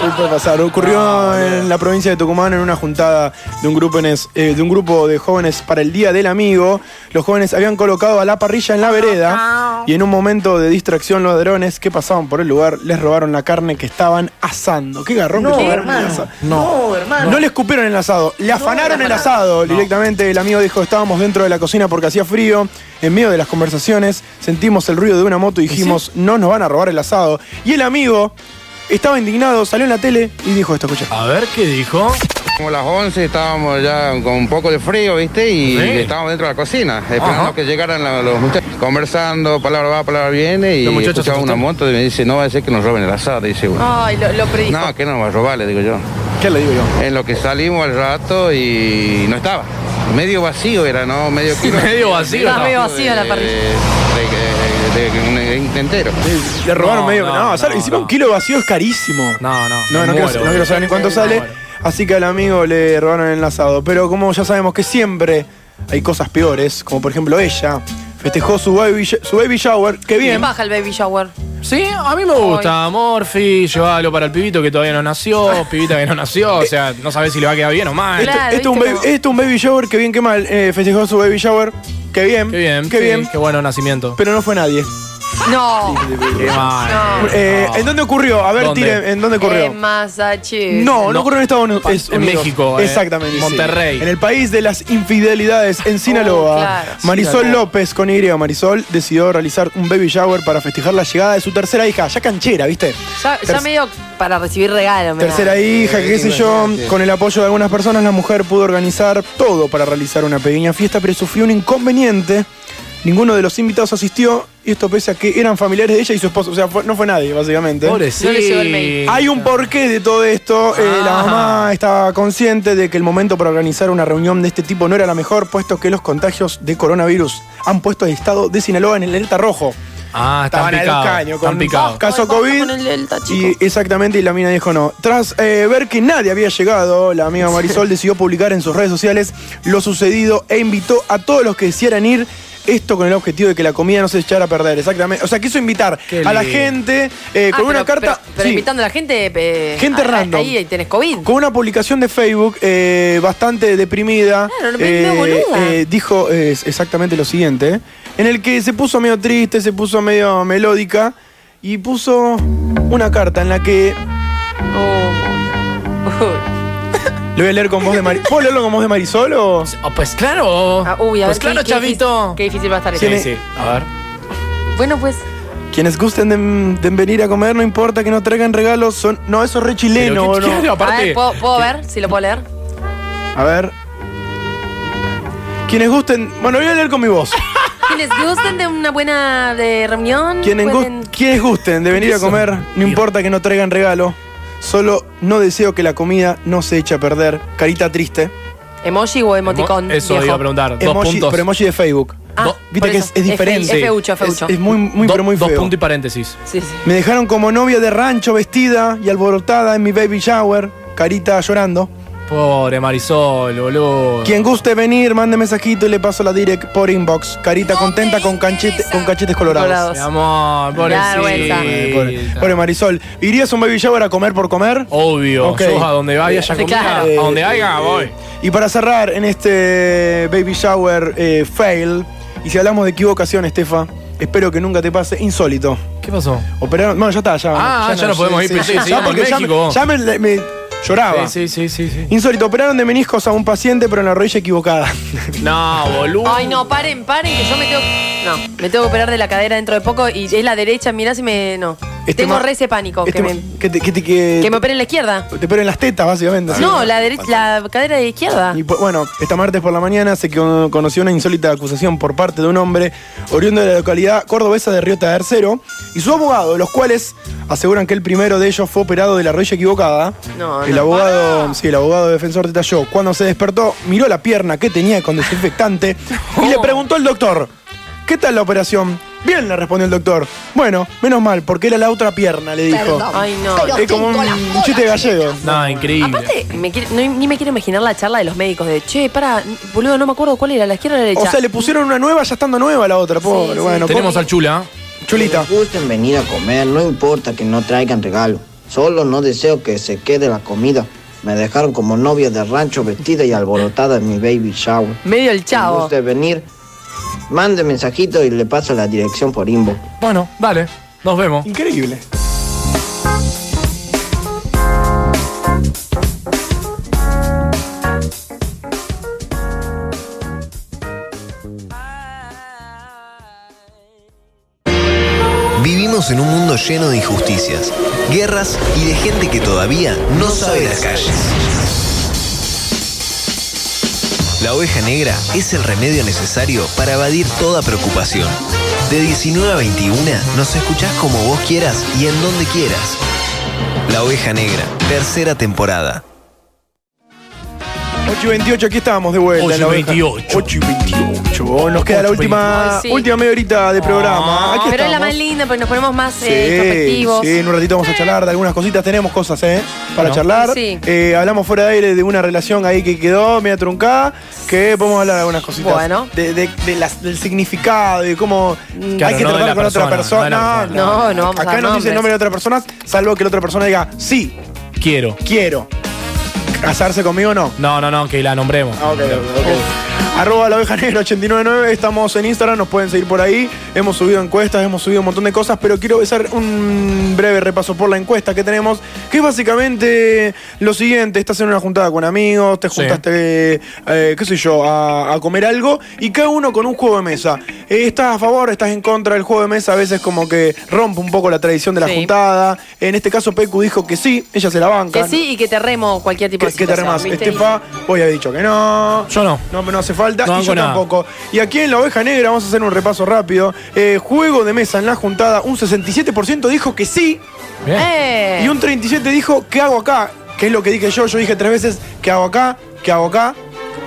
Sí, puede pasar. Ocurrió en la provincia de Tucumán en una juntada de un, grupo en es- eh, de un grupo de jóvenes para el Día del Amigo. Los jóvenes habían colocado a la parrilla en la vereda y en un momento de distracción los ladrones que pasaban por el lugar les robaron la carne que estaban asando. Qué garrón
No,
que tuvieron
hermano.
en el asado.
No, hermano.
No le escupieron el asado, le afanaron el asado directamente. El amigo dijo, estábamos dentro de la cocina porque hacía frío. En medio de las conversaciones sentimos el ruido de una moto y dijimos, no nos van a robar el asado. Y el amigo estaba indignado, salió en la tele y dijo esto, escucha.
A ver qué dijo.
Como las 11 estábamos ya con un poco de frío, ¿viste? Y estábamos dentro de la cocina, esperando que llegaran la- los muchachos, conversando, palabra va, palabra viene, y
Los muchachos se
escuchaba una
asustaron.
moto y me dice, no va a ser que nos roben el asado, dice uno.
Ay, lo, lo predijo.
No, que no va a robar, le digo yo.
¿Qué le digo yo?
En lo que salimos al rato y no estaba. Medio vacío era, ¿no? Medio que
Medio vacío, Estaba ¿no? medio
vacío la parrilla.
De, Eh, de- de- de- de- de- entero.
Le robaron
No,
medio. No,
no,
o sea, encima un kilo vacío es carísimo.
No, no.
No, no,
me
quiero,
muero.
no quiero saber ni cuánto sale. Así que al amigo le robaron el asado. Pero como ya sabemos que siempre hay cosas peores, como por ejemplo ella festejó su baby, sh- su baby shower, que
Bien.
bien.
baja el baby shower.
Sí, a mí me gusta. Morphy, llévalo para el pibito que todavía no nació, pibita que no nació. O sea, no sabes si le va a quedar bien o mal.
Esto, esto Este, un baby, esto un baby shower, que bien, que mal. Eh, festejó su baby shower, que bien.
Qué bien,
Qué
sí,
bien.
Qué bueno nacimiento.
Pero no fue nadie.
No.
Qué mal.
Eh, ¿En dónde ocurrió? A ver,
¿Dónde?
tiren, ¿en dónde ocurrió?
En Massachusetts.
No, no, ocurrió en Estados Unidos.
Pa-
es
en
Unidos.
México, eh,
Exactamente. sí.
Monterrey.
En el país de las infidelidades, en Sinaloa,
claro.
Marisol
Sinaloa.
López, con Y, Marisol, decidió realizar un baby shower para festejar la llegada de su tercera hija, ya canchera, ¿viste?
Ya, ya
Terc-
medio para recibir regalo. me da.
Tercera hija, que qué sé yo, con el apoyo de algunas personas, la mujer pudo organizar todo para realizar una pequeña fiesta, pero sufrió un inconveniente Ninguno de los invitados asistió, y esto pese a que eran familiares de ella y su esposo. O sea, fue- no fue nadie, básicamente.
Pobrecita. No le llegó el mail.
Hay un porqué de todo esto. Eh, la
Ah.
mamá estaba consciente de que el momento para organizar una reunión de este tipo no era la mejor, puesto que los contagios de coronavirus han puesto al estado de Sinaloa en el alerta rojo.
Ah, están
Estaban al
picados.
caño
están
con
picados.
caso COVID. y exactamente, y la mina dijo no. Tras eh, ver que nadie había llegado, la amiga Marisol decidió publicar en sus redes sociales lo sucedido e invitó a todos los que quisieran ir. Esto con el objetivo de que la comida no se echara a perder, exactamente. O sea, quiso invitar
Qué
a la
lindo.
gente eh,
Ah,
con una
pero-
carta.
Pero, pero
sí.
invitando a la gente. eh,
Gente
a- a-
random.
Ahí tenés COVID.
Con una publicación de Facebook eh, bastante deprimida,
Claro, Ah, no me- no, boluda.
dijo eh, exactamente lo siguiente, eh, en el que se puso medio triste, se puso medio melódica y puso una carta en la que... Lo voy a leer con voz de Marisol. ¿Puedo leerlo con voz de Marisol o...?
pues
Oh.
claro.
Ah, uy, a
Pues
ver,
claro,
qué,
chavito.
Qué, difícil- qué difícil va a estar esto.
Tiene-
A ver.
Bueno, pues.
Quienes gusten de, de venir a comer, no importa que no traigan regalos, son... No, eso es re chileno,
Pero qué-
¿no?
claro,
a ver, ¿puedo, puedo ver si lo puedo leer?
A ver. Quienes gusten... Bueno, voy a leer con mi voz.
¿Quienes gusten de una buena eh, reunión?
Quienes, gus-
pueden-
quienes gusten de venir a comer, no importa que no traigan regalo, solo no deseo que la comida no se eche a perder. Carita triste.
¿Emoji o emoticón?
Eso
viejo?
iba a preguntar. Dos
Emoji,
puntos.
pero emoji de Facebook.
Ah,
Do-
Viste
por
que
eso.
es, es diferente.
fe- Es feucho, es feucho.
Es, es muy, muy,
Do-
pero muy
Dos
feo.
puntos y paréntesis.
Sí, sí.
Me dejaron como novia de rancho vestida y alborotada en mi baby shower. Carita llorando.
Pobre Marisol, boludo.
Quien guste venir, mande mensajito y le paso la direct por inbox. Carita contenta con, canchete- con cachetes colorados.
Mi amor,
Da vergüenza.
Eh,
pobre.
pobre, pobre Marisol, ¿irías a un baby shower a comer por comer?
Obvio.
Ok.
Yo a donde vaya ya
Sí,
comida,
claro.
a donde haya,
Eh,
voy.
Y para cerrar en este baby shower eh, fail, y si hablamos de equivocación, Estefa, espero que nunca te pase insólito.
¿Qué pasó?
Operaron, bueno, ya está, ya.
Ah, ya no podemos ir, pensé que
ya,
seguimos
porque
en
ya, me,
México, vos.
ya me- me lloraba.
Sí, sí, sí, sí.
Insólito, operaron de meniscos a un paciente, pero en la rodilla equivocada.
sí. No, boludo.
Ay, no, paren, paren, que yo me tengo. No, me tengo que operar de la cadera dentro de poco y es la derecha, mirá si me. No.
Este
tengo
ma-
re ese pánico.
Este
que,
ma-
me,
que te, que te- que-
que me operen la izquierda.
te operan las tetas, básicamente. sí.
No, la, dere- la cadera de izquierda.
Y, pues, bueno, esta martes por la mañana se con- conoció una insólita acusación por parte de un hombre oriundo de la localidad cordobesa de Río Tercero y su abogado, los cuales aseguran que el primero de ellos fue operado de la rodilla equivocada.
No,
el
no,
abogado, sí, el abogado defensor detalló, cuando se despertó, miró la pierna que tenía con desinfectante y le preguntó al doctor, ¿qué tal la operación? Bien, le respondió el doctor. Bueno, menos mal, porque era la otra pierna, le dijo.
Perdón, Ay, no. pero
Es como
tengo la
un chiste gallego.
No, increíble.
Aparte, me quiere- no- ni me quiero imaginar la charla de los médicos de che, para, boludo, no me acuerdo cuál era, la izquierda o la derecha.
O sea, le pusieron una nueva ya estando nueva la otra, pobre.
Eh, sí.
Bueno,
Tenemos al Chula. ¿ah?
Chulita.
Quienes gusten venir a comer, no importa que no traigan regalo. Solo no deseo que se quede la comida. Me dejaron como novia de rancho vestida y alborotada en mi baby shower.
Medio el
Quien
chavo.
guste venir, mande mensajito y le paso la dirección por inbox.
Bueno, dale. Nos vemos.
Increíble.
Vivimos en un mundo lleno de injusticias, guerras y de gente que todavía no sabe las calles. La oveja negra es el remedio necesario para evadir toda preocupación. De 19 a 21 nos escuchás como vos quieras y en donde quieras. La oveja negra, tercera temporada.
8 y 28, aquí estábamos de vuelta.
8 y
en la oveja.
28.
8 y 28. Oh, Nos queda la
8 y
última,
28. Ay, Pues sí.
última media horita de programa. Ah, Aquí
Pero es la
estamos.
más linda porque nos ponemos más
Sí,
eh, introspectivos.
sí, en un ratito vamos a charlar de algunas cositas. Tenemos cosas, ¿eh? Para
Bueno.
charlar.
Sí.
Eh, hablamos fuera de aire de una relación ahí que quedó media truncada. Que podemos hablar de algunas cositas.
Bueno. Mm.
De, de- de las- del significado y cómo hay
Claro,
que
no de
tratar
la
con otra
persona,
persona.
no de la persona.
No, no vamos a
Acá
dar
nos dice el
nombres.
nombre de otra persona, salvo que la otra persona diga, sí,
Quiero.
quiero. ¿Casarse conmigo o no?
No, no, no, que la nombremos.
Ah, ok, ok. Arroba la oveja negra 899, estamos en Instagram, nos pueden seguir por ahí. Hemos subido encuestas, hemos subido un montón de cosas, pero quiero hacer un breve repaso por la encuesta que tenemos, que es básicamente lo siguiente, estás en una juntada con amigos, te
Sí.
juntaste, eh, qué sé yo, a, a comer algo y cada uno con un juego de mesa. Eh, estás a favor, estás en contra del juego de mesa, a veces como que rompe un poco la tradición de la
Sí.
juntada. En este caso Pecu dijo que sí, ella se la banca.
Que sí y que te remo cualquier tipo
Que ¿Qué, qué te armás? Estefa, vos había dicho que no.
Yo no.
No, no hace falta.
No
y
banco
yo
nada.
tampoco. Y aquí en La Oveja Negra vamos a hacer un repaso rápido. Eh, juego de mesa en la juntada, un 67% dijo que sí.
Eh.
Y un 37 dijo, ¿qué hago acá? Que es lo que dije yo. Yo dije tres veces, ¿qué hago acá? ¿Qué hago acá?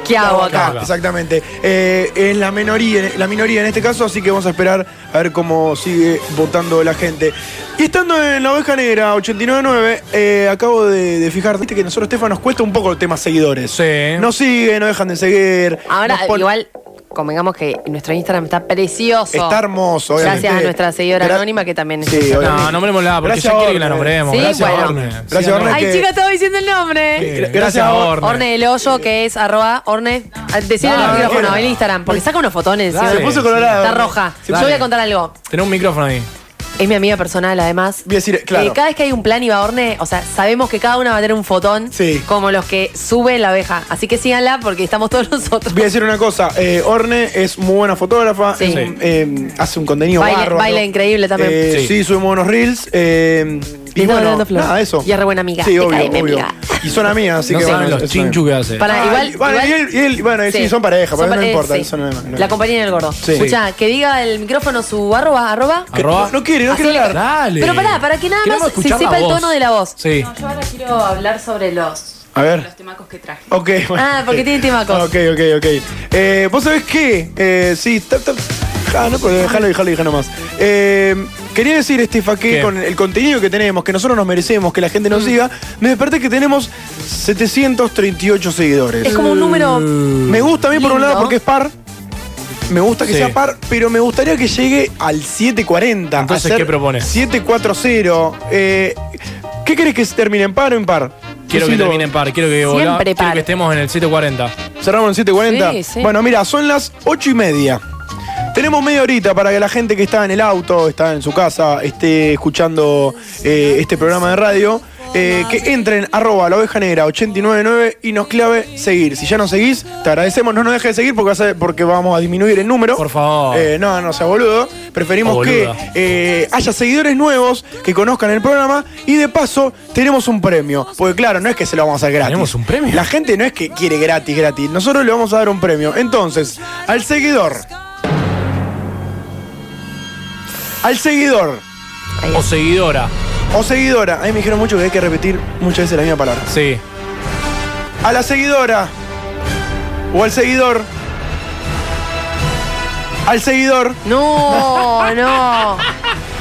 ¿Qué hago acá?
Exactamente. Eh, es la minoría, la minoría en este caso, así que vamos a esperar a ver cómo sigue votando la gente. Y estando en la oveja negra 89.9, eh, acabo de, de fijar, viste que nosotros, Estefa, nos cuesta un poco el tema seguidores. Sí. Nos siguen, nos dejan de seguir.
Ahora,
nos pon-
igual, convengamos que nuestro Instagram está precioso.
Está hermoso, obviamente.
Gracias a nuestra seguidora
Gra-
anónima que también
Sí,
es.
obviamente.
No, nombrémosla, porque
Gracias,
ella quiere que la
Orne.
nombremos.
Sí,
Gracias,
bueno.
Orne.
Gracias, Orne.
Ay,
que-
chicos, estaba diciendo el nombre.
Gracias, Gracias, Orne.
Orne del Hoyo, que es arroba Orne. Decirle
Dale,
al micrófono,
Orne.
el Instagram, porque saca unos fotones.
Dale.
¿sí?
Se puso colorado.
Está roja.
Se
Yo
puso-
voy a contar algo.
Tenés un micrófono ahí.
Es mi amiga personal, además.
Voy a decir,
Eh, cada vez que hay un plan Iba Orne, o sea, sabemos que cada una va a tener un fotón como los que suben la abeja. Así que síganla porque estamos todos nosotros.
Voy a decir una cosa, eh, Orne es muy buena fotógrafa,
Sí.
es un- eh, hace un contenido
Baila-
bárbaro.
baila increíble también.
Eh,
Sí.
sí. subimos unos reels. eh, y
Estaba
bueno,
hablando Flor.
nada, eso.
Y es re buena amiga.
Sí,
Te
obvio,
cae, mi
obvio.
amiga.
Y son amigas, así
No
que
saben
bueno,
los
eso también.
chinchu que hace.
Para,
Ah,
igual-
bueno,
igual-
y él- y él- bueno, sí, son pareja, pero no
pare-
importa,
sí.
eso no- no-
La compañía del gordo.
Sí.
Escucha, que diga el micrófono su arroba, arroba.
Que- No, no quiere, no quiere hablar.
Dale.
Pero pará, para que nada
Queremos
más se
escuchar la
sepa el
voz.
tono de la voz.
Sí.
yo ahora quiero hablar sobre los.
A ver. Los
temacos que traje.
Ok, bueno.
Ah, porque tiene temacos.
Ah, Ok, ok, ok. Eh, ¿Vos sabés qué? Eh, sí, tap, tap. Ah, no, pero déjalo, déjalo, déjalo nomás. Eh, quería decir, Estefa, que
¿Qué?
con el contenido que tenemos, que nosotros nos merecemos, que la gente
Mm.
nos siga, me desperté que tenemos 738 seguidores.
Es como un número
Me gusta a mí, por un
lindo.
lado, porque es par. Me gusta que
Sí.
sea par, pero me gustaría que llegue al 740.
Entonces,
hacer
¿qué propones?
740. Eh, ¿Qué querés que se termine en par o en par?
Quiero que
Decilo.
termine en par, quiero que volá-
Siempre
quiero
par.
que estemos en el 740.
Cerramos en 7.40.
Sí, sí.
Bueno, mira, son las 8 y media. Tenemos media horita para que la gente que está en el auto, está en su casa, esté escuchando eh, este programa de radio, eh, que entren arroba la oveja negra 899 y nos clave seguir. Si ya nos seguís, te agradecemos, no nos dejes de seguir porque, vas a- porque vamos a disminuir el número. Por
favor.
no, no sea boludo. Preferimos
O
que
boluda.
eh, haya seguidores nuevos que conozcan el programa y de paso tenemos un premio. Porque claro, no es que se lo vamos a hacer gratis.
¿Tenemos un premio?
La gente no es que quiere gratis, gratis. Nosotros le vamos a dar un premio. Entonces, al seguidor. Al seguidor.
O seguidora.
O seguidora. Ahí me dijeron mucho que hay que repetir muchas veces la misma palabra.
Sí.
A la seguidora. O al seguidor. Al seguidor.
No, no.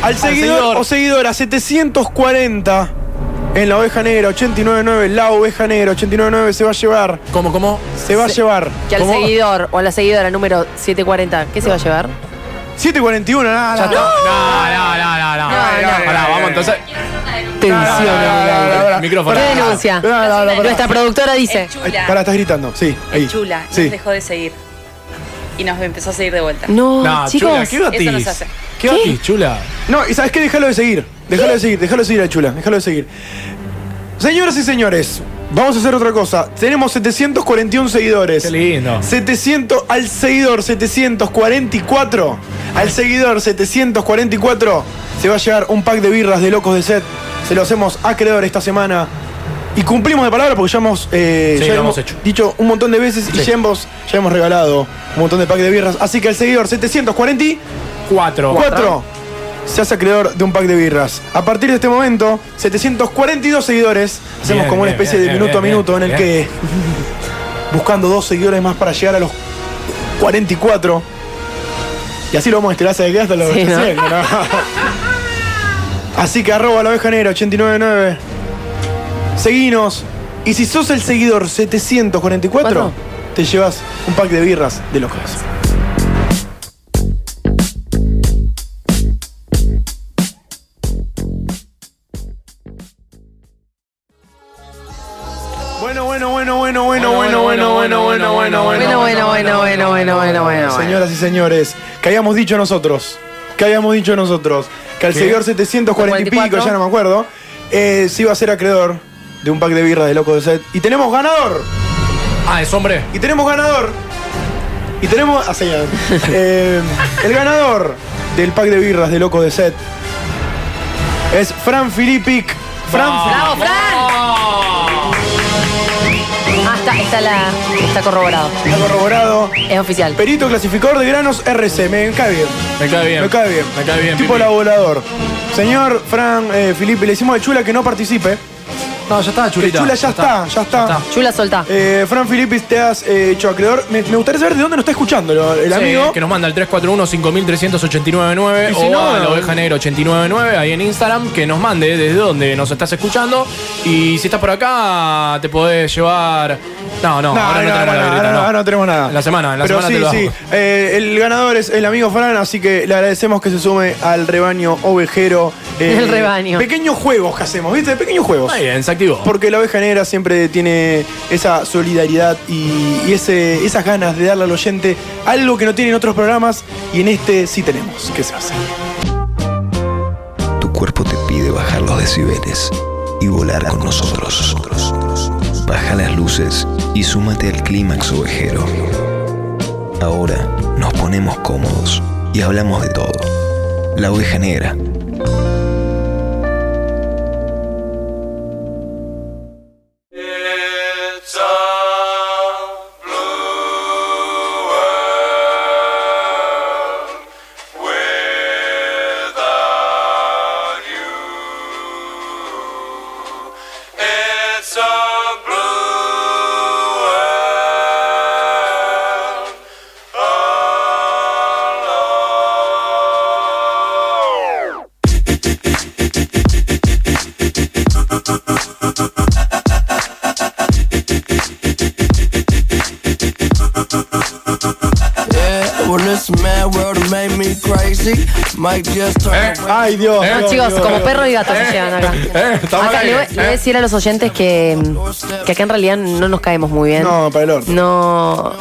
Al seguidor,
seguidor.
o seguidora 740 en la oveja negra 899, la oveja negra 899 se va a llevar.
¿Cómo, cómo?
Se va a llevar.
Que al
¿Cómo?
seguidor o a la seguidora número 740, ¿qué se va a llevar?
Ah, 741, nada,
Ya
nada.
está. No, no, no, no, no. Pará, vamos entonces.
Tensión.
Micrófono.
¿Qué denuncia? Nuestra productora dice.
Pará, estás gritando. Sí, ahí.
Chula,
Sí.
nos dejó de seguir. Y nos empezó a seguir de vuelta.
No,
No, chicos. chula, ¿qué batís?
Eso nos hace.
¿Qué batís, chula?
No, y sabes qué, déjalo de seguir. Déjalo de seguir, déjalo de seguir a Chula, déjalo de seguir. Señoras y señores, vamos a hacer otra cosa. Tenemos 741 seguidores. Qué
lindo.
700 al seguidor 744. Al seguidor 744 se va a llegar un pack de birras de locos de set. Se lo hacemos a acreedor esta semana. Y cumplimos de palabra porque ya hemos, eh,
Sí,
ya
lo
hemos
hemos hecho.
dicho un montón de veces y
Sí.
ya hemos, ya hemos regalado un montón de pack de birras. Así que al seguidor 744
Cuatro.
se hace acreedor de un pack de birras. A partir de este momento, 742 seguidores. Hacemos
Bien,
como una
bien,
especie
bien,
de
bien,
minuto
bien,
a minuto
bien,
en el
bien.
que buscando dos seguidores más para llegar a los 44. Y así lo vamos a estirar hasta que quede hasta los
Sí, ¿no?
85, ¿no? Así que arroba la oveja negra 899. Seguinos. Y si sos el seguidor 744, te llevas un pack de birras de locos. Bueno, bueno, bueno, bueno, bueno, bueno, bueno, bueno, bueno, bueno, bueno,
bueno, bueno, bueno, bueno, bueno, Ah, bueno.
Señoras y señores, que habíamos dicho nosotros, que habíamos dicho nosotros, que al
¿Qué?
seguidor 740 y pico,
44,
ya no me acuerdo, eh, se iba a ser acreedor de un pack de birra de Locos de Set. Y tenemos ganador.
Ah, es hombre.
Y tenemos ganador. Y tenemos. Ah, señor. Eh, el ganador del pack de birras de Locos de Set
¡Oh,
es Fran Filipic. Fran
Fran!
Ah, Está, está, la, está corroborado.
Está corroborado.
Es oficial.
Perito clasificador de granos RC. Me cae bien.
Me cae bien.
Me cae bien.
Me cae bien,
Tipo
Pipi.
laborador. Señor Fran eh, Filipe, le decimos a Chula que no participe.
No, ya está, Chulita.
Chula ya, está, ya está.
Chula soltá.
Eh, Fran Filipe, te has eh, hecho acreedor. Me, me gustaría saber de dónde nos está escuchando lo- el
Sí,
amigo.
que nos manda el 341-5300-899
Y si
o
no,
a la
no.
oveja negra 899 ahí en Instagram, que nos mande desde dónde nos estás escuchando. Y si estás por acá, te podés llevar. No, no,
No,
ahora no, tenemos
no, ahora
la
no,
libreta,
ahora no,
no.
ahora no tenemos nada.
En la semana, en la
Pero
semana
sí,
te lo
sí.
hago.
Eh, el ganador es el amigo Fran, así que le agradecemos que se sume al rebaño ovejero. eh,
El rebaño.
Pequeños juegos que hacemos, ¿viste? Pequeños juegos.
Ahí bien, se activó.
Porque la oveja negra siempre tiene esa solidaridad y, y ese, esas ganas de darle al oyente algo que no tiene en otros programas y en este sí tenemos que se hace.
Tu cuerpo te pide bajar los decibeles y volar con nosotros. Baja las luces y súmate al clímax ovejero. Ahora nos ponemos cómodos y hablamos de todo. La oveja negra.
It's a blue world alone.
Yeah, well, this mad world done made me crazy. Might just turn
Ay, Dios.
¿Eh?
Eh,
No, chicos, como perro y gato se llevan acá. Acá le voy, le voy a decir a los oyentes que, mm, que acá en realidad no nos caemos muy bien.
No, para el orto.
No.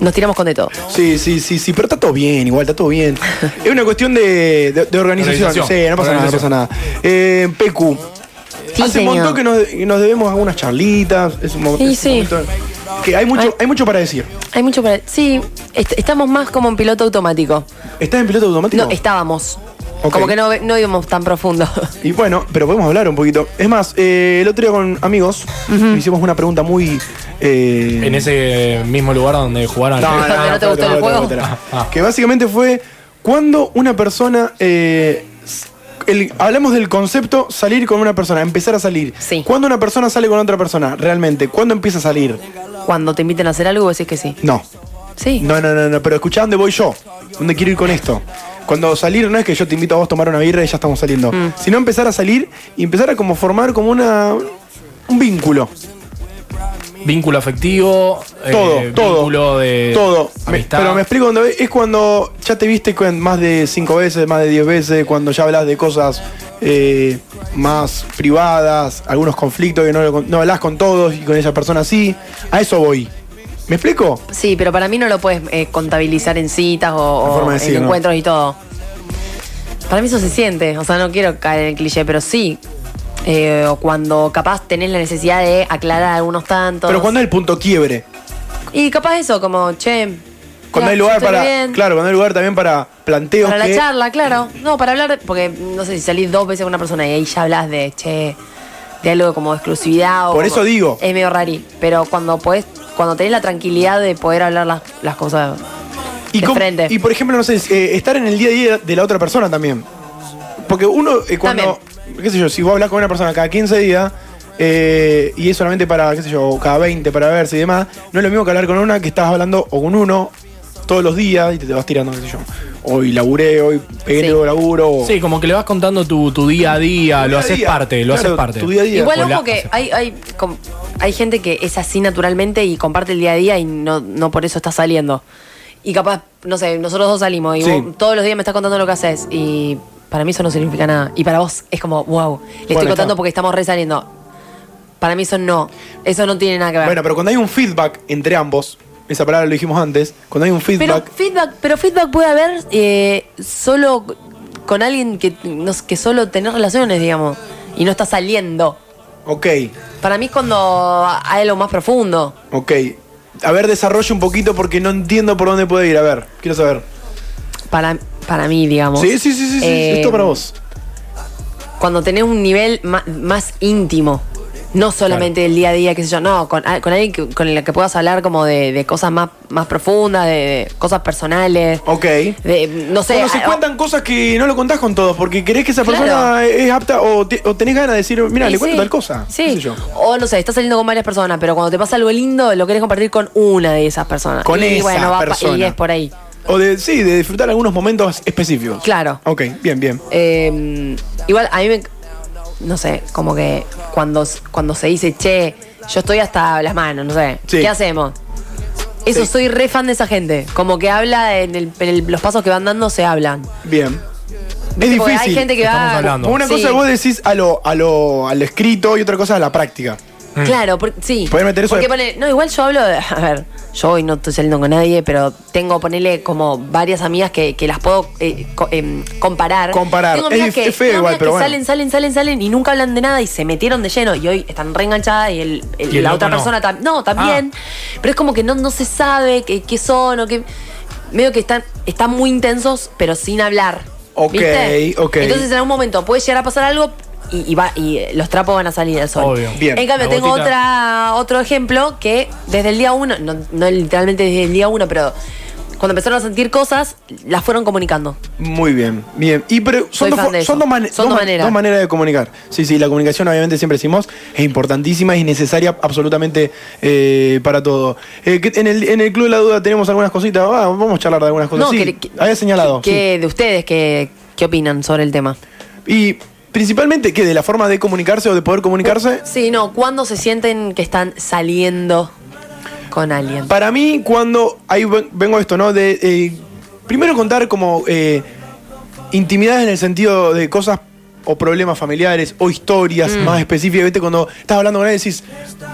Nos tiramos con de todo.
Sí, sí, sí, sí, pero está todo bien, igual, está todo bien. es una cuestión de, de- de organización.
Organización.
Sí, no pasa nada, no pasa
Organización.
nada. Eh, Pecu. Hace
Sí,
un
señor.
montón que nos, que nos debemos algunas charlitas. Es un, mo-
Y
es un
sí.
momento que hay mucho, hay mucho para decir.
Hay mucho para. Sí, est- estamos más como en piloto automático.
¿Estás en piloto automático?
No, estábamos.
Ok.
Como que no, ve- no íbamos tan profundo.
Y bueno, pero podemos hablar un poquito. Es más, eh, el otro día con amigos le hicimos una pregunta muy. eh,
En ese mismo lugar donde jugaron
No, no, no,
¿No te gustó el
espérate,
juego?
espérate, espérate.
Ah,
Que básicamente fue cuando una persona. eh, s- el- hablamos del concepto salir con una persona, empezar a salir. ¿Cuándo una persona sale con otra persona? Realmente, ¿cuándo empieza a salir?
Cuando te inviten a hacer algo, vos decís que sí.
No.
Sí.
No, no, no, no, pero escuchá dónde voy yo. ¿Dónde quiero ir con esto? Cuando salir no es que yo te invito a vos a tomar una birra y ya estamos saliendo. Sino empezar a salir y empezar a como formar como una. un vínculo.
Vínculo afectivo, eh,
Todo, todo.
vínculo de
Todo. Me-
amistad.
pero me explico cuando es cuando ya te viste con más de cinco veces, más de diez veces, cuando ya hablas de cosas eh, más privadas, algunos conflictos que no, lo con- no hablas con todos y con esa persona sí. A eso voy. ¿Me explico?
Sí, pero para mí no lo puedes eh, contabilizar en citas o, o
forma de decir,
en
¿no?
encuentros y todo. Para mí eso se siente, o sea, no quiero caer en el cliché, pero sí. Eh, o cuando capaz tenés la necesidad de aclarar algunos tantos.
Pero cuando es el punto quiebre.
Y capaz eso, como, che.
Cuando
mira,
hay
yo
lugar
estoy
para.
bien.
Claro, cuando hay lugar también para planteos
Para
que-
la charla, claro. No, para hablar, de- porque no sé si salís dos veces con una persona y ahí ya hablas de, che, de algo como exclusividad o.
Por
como-
eso digo.
Es medio rari. Pero cuando podés, cuando tenés la tranquilidad de poder hablar las, las cosas
Y,
de
cómo-
frente.
y, por ejemplo, no sé, eh, estar en el día a día de la otra persona también. Porque uno, eh, cuando, qué sé yo, si vos hablas con una persona cada 15 días eh, y es solamente para, qué sé yo, cada 20 para verse y demás, no es lo mismo que hablar con una que estás hablando o con uno todos los días y te, te vas tirando, qué sé yo. Hoy laburé, hoy pegué nuevo laburo. o-
Sí, como que le vas contando tu, tu día a día,
Tu
lo
día a
haces
día,
parte, lo
claro,
haces parte.
tu día a día.
Igual
O la-
ojo que hay, hay, com- hay gente que es así naturalmente y comparte el día a día y no, no por eso está saliendo. Y capaz, no sé, nosotros dos salimos y
Sí.
vos todos los días me estás contando lo que haces y para mí eso no significa nada. Y para vos es como, wow, le estoy
Bueno,
contando
está.
porque estamos resaliendo. Para mí eso no, eso no tiene nada que ver.
Bueno, pero cuando hay un feedback entre ambos, esa palabra lo dijimos antes, cuando hay un
pero
feedback,
feedback, pero feedback puede haber eh, solo con alguien que, no sé, que solo tener relaciones, digamos, y no está saliendo.
ok,
Para mí es cuando hay algo más profundo.
ok. A ver, desarrollo un poquito porque no entiendo por dónde puede ir. A ver, quiero saber.
para, para mí, digamos.
Sí,
Eh,
sí, sí, sí, sí, esto para vos.
Cuando tenés un nivel ma- más, íntimo. No solamente el día a día, qué sé yo, no, con, a- con alguien que- con el que puedas hablar como de, de cosas más, más profundas, de, de cosas personales.
Ok.
De, no sé. ah,
Cuando se
a-
cuentan cosas que no lo contás con todos, porque querés que esa persona
Claro.
es apta o, te- o tenés ganas de decir, mira,
Y
le cuento
sí,
tal cosa.
sí.
qué sé yo.
O no sé, estás saliendo con varias personas, pero cuando te pasa algo lindo, lo querés compartir con una de esas personas.
Con
y,
esa
bueno, va pa-
persona.
y es por ahí.
O de, sí, de disfrutar algunos momentos específicos.
Claro.
Ok, bien, bien.
Eh, igual a mí me. No sé, como que cuando, cuando se dice, che, yo estoy hasta las manos, no sé.
Sí.
¿Qué hacemos? Eso, soy re fan de esa gente. Como que habla en, el- en el- los pasos que van dando, se hablan.
Bien. Es
Viste, porque
difícil.
hay gente que Estamos va- hablando.
Una
Sí.
cosa vos decís a lo, a lo, al escrito y otra cosa a la práctica.
Claro, por- sí.
Mm. Podés meter eso
Porque
de-
pone, no, igual yo hablo de, a ver, yo hoy no estoy saliendo con nadie, pero tengo, ponele como varias amigas que, que las puedo eh, co- em, comparar.
Comparar.
Tengo
Es
amigas
dif-
que,
es feo
tengo
igual,
amigas
pero
que
bueno.
salen, salen, salen, salen y nunca hablan de nada y se metieron de lleno y hoy están reenganchadas y, el, el-
Y el
la
loco
otra
no.
persona tam- no, también.
Ah.
Pero es como que no, no se sabe qué qué son o qué. Medio que están, están muy intensos, pero sin hablar.
Ok,
¿viste?
ok.
Entonces en algún momento puede llegar a pasar algo y, y va, y eh, los trapos van a salir al sol.
Obvio. Bien.
En cambio,
La
tengo
gotita.
otra, otro ejemplo que desde el día uno, no, no literalmente desde el día uno, pero cuando empezaron a sentir cosas, las fueron comunicando.
Muy bien, bien. Y pero son,
Soy
dos,
fan
fo-
de
son
eso.
dos, mane-
Son
dos
dos
ma-
maneras.
dos maneras de comunicar. Sí, sí, la comunicación obviamente siempre decimos es importantísima y necesaria absolutamente eh, para todo. Eh, que- en, el, en el Club de la Duda tenemos algunas cositas. Ah, vamos a charlar de algunas cosas.
No,
sí,
que- que-
había señalado. sí.
¿Qué de ustedes qué, qué opinan sobre el tema?
Y principalmente, ¿qué? ¿De la forma de comunicarse o de poder comunicarse?
Sí, no, ¿cuándo se sienten que están saliendo con alguien?
Para mí, cuando ahí ven- vengo a esto, ¿no? De eh, primero contar como eh, intimidades en el sentido de cosas o problemas familiares o historias
Mm.
más específicas. Viste, cuando estás hablando con alguien decís,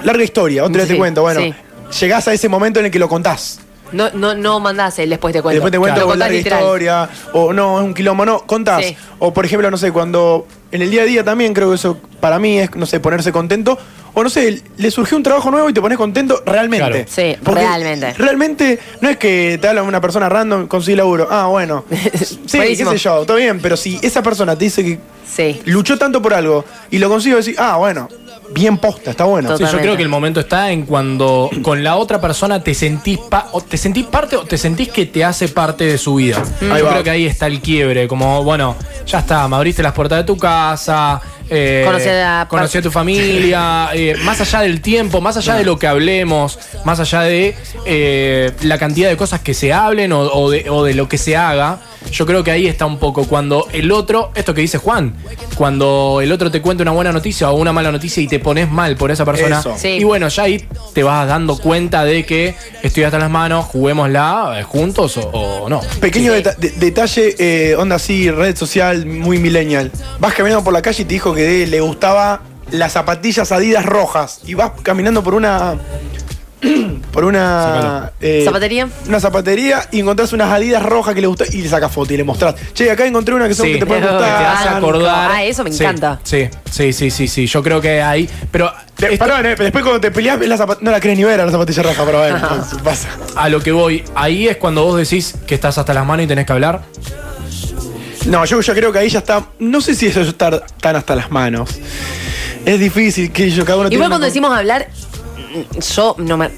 larga historia, otra vez
Sí,
te cuento. Bueno,
sí.
llegás a ese momento en el que lo contás.
No, no, no mandás el después te cuento.
Después te cuento
Lo
con
contás
larga
literal.
historia, o no, es un quilombo, no, contás.
Sí.
O por ejemplo, no sé, cuando en el día a día también creo que eso para mí es, no sé, ponerse contento. O no sé, le surgió un trabajo nuevo y te pones contento realmente.
Claro. Sí, realmente.
Realmente no es que te habla una persona random, consigue laburo. Ah, bueno. Sí, qué
Buenísimo.
sé yo, todo bien, pero si esa persona te dice que
Sí.
luchó tanto por algo y lo consigo decir, ah, bueno, bien posta, está bueno.
Sí, yo creo que el momento está en cuando con la otra persona te sentís, pa- o te sentís parte o te sentís que te hace parte de su vida.
Mm. Ahí
yo
va.
creo que ahí está el quiebre, como, bueno, ya está, me abriste las puertas de tu casa, eh,
Conocí a la-
conocí a tu familia, eh, más allá del tiempo, más allá de lo que hablemos, más allá de eh, la cantidad de cosas que se hablen o, o de, o de lo que se haga. Yo creo que ahí está un poco cuando el otro, esto que dice Juan, cuando el otro te cuenta una buena noticia o una mala noticia y te pones mal por esa persona.
Eso. Sí.
Y bueno, ya ahí te vas dando cuenta de que estoy hasta las manos, juguémosla eh, juntos o, o no.
Pequeño deta- de- detalle, eh, onda así, red social muy millennial. Vas caminando por la calle y te dijo que de- le gustaba las zapatillas adidas rojas. Y vas caminando por una. por una. eh,
¿Zapatería?
Una zapatería y encontrás unas adidas rojas que le gustan y le sacas foto y le mostrás. Che, acá encontré una que son
Sí.
que te pueden
Que te
gustar.
hace acordar.
Ah, eso me
Sí,
encanta.
Sí, sí, sí, sí, sí. Yo creo que ahí. Pero
Te- pará, eh, después cuando te peleás, ves la zapa- no la querés ni ver a la zapatilla roja, pero bueno, pasa.
a lo que voy, ahí es cuando vos decís que estás hasta las manos y tenés que hablar.
No, yo ya creo que ahí ya está. No sé si eso es estar tan hasta las manos. Es difícil que yo cada uno tiene
Igual
una
cuando
con-
decimos hablar, mm, yo no me,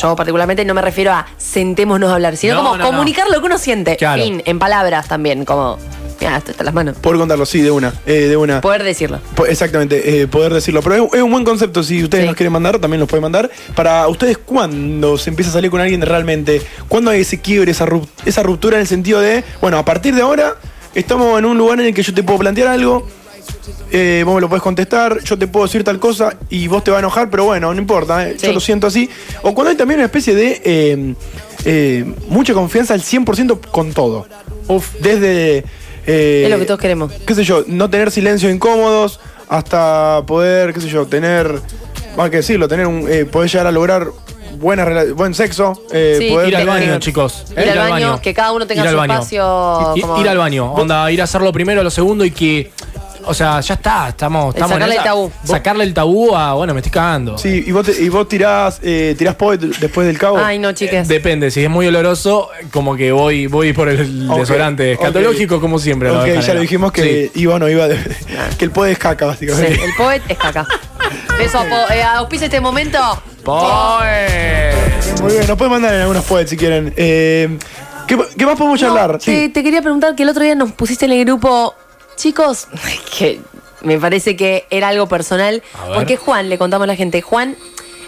yo particularmente no me refiero a sentémonos a hablar, sino
No,
como
no, no.
comunicar lo que uno siente.
Claro.
Fin, en palabras también, como, mira, esto está en las manos.
Poder contarlo, sí, de una. eh, de una.
Poder decirlo.
Po- Exactamente, eh, poder decirlo. Pero es, es un buen concepto. Si ustedes nos quieren mandar, también los pueden mandar. Para ustedes, ¿cuándo se empieza a salir con alguien realmente? ¿Cuándo hay ese quiebre, esa, rup- esa ruptura en el sentido de, bueno, a partir de ahora estamos en un lugar en el que yo te puedo plantear algo, eh, vos me lo podés contestar, yo te puedo decir tal cosa y vos te vas a enojar, pero bueno, no importa, eh, yo lo siento así. O cuando hay también una especie de eh, eh, mucha confianza al 100% con todo. Desde... eh,
es lo que todos queremos.
qué sé yo, no tener silencios incómodos hasta poder, qué sé yo, tener, más que decirlo, tener un, eh, poder llegar a lograr buena rela- buen sexo, eh,
Sí,
poder
ir al
tener-
baño, chicos.
Ir al baño, que cada uno tenga
Ir al
su
baño.
espacio.
I-
como-
ir al baño, onda, ir a hacerlo primero, lo segundo y que. O sea, ya está, estamos.
El
estamos en
sacarle
esa.
el tabú.
Sacarle el tabú a, bueno, me estoy cagando.
Sí, y vos, te- y vos tirás, eh, tirás poe después del cabo.
Ay, no, chicas.
Depende, si es muy oloroso, como que voy, voy por el
Ok,
desodorante
ok.
escatológico, como siempre. la
Ok,
verdad,
ya
nena.
le dijimos que
Sí.
iba no iba de- que el poder es caca,
Sí,
básicamente.
el poet es caca. Beso a Po- eh, a auspicia este momento.
Poe.
Muy bien, nos pueden mandar en algunos poets si quieren. Eh, ¿qué, qué más podemos charlar?
Te, te quería preguntar que el otro día nos pusiste en el grupo, chicos, que me parece que era algo personal,
A ver.
porque Juan, le contamos a la gente, Juan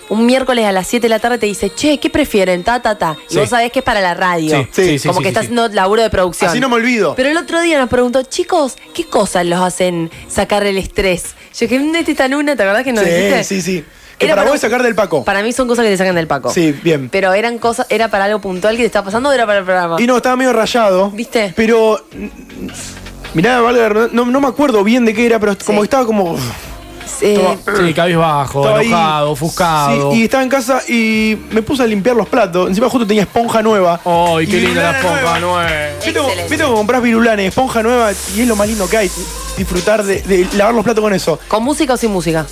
un miércoles a las 7 de la tarde te dice, che, ¿qué prefieren? Ta, ta, ta. Y
Sí.
vos sabés que es para la radio.
Sí, sí, sí,
Como
sí, sí,
que está
sí.
haciendo laburo de producción.
Así no me olvido.
Pero el otro día nos preguntó, chicos, ¿qué cosas los hacen sacar el estrés? Yo que este tan una, ¿te acordás que nos dijiste?
sí, sí, sí. Que
Era
para
para
vos es sacar del Paco.
Para mí son cosas que te sacan del paco.
Sí, bien.
Pero eran cosas, era para algo puntual que te está pasando o era para el programa.
Y no, estaba medio rayado.
¿Viste?
Pero. mm, Mirá, valga la redundancia, no, no me acuerdo bien de qué era, pero como que estaba como. uf,
Eh,
estaba-
Sí, cabizbajo,
Estaba ahí.
enojado, ofuscado.
Sí, y estaba en casa y me puse a limpiar los platos. Encima justo tenía esponja nueva.
Ay, qué linda la pompa, nueve.
Viste como- viste como compras virulanes, esponja nueva y es lo más lindo que hay. Disfrutar de, de lavar los platos con eso. Eh,
¿Con música o sin música?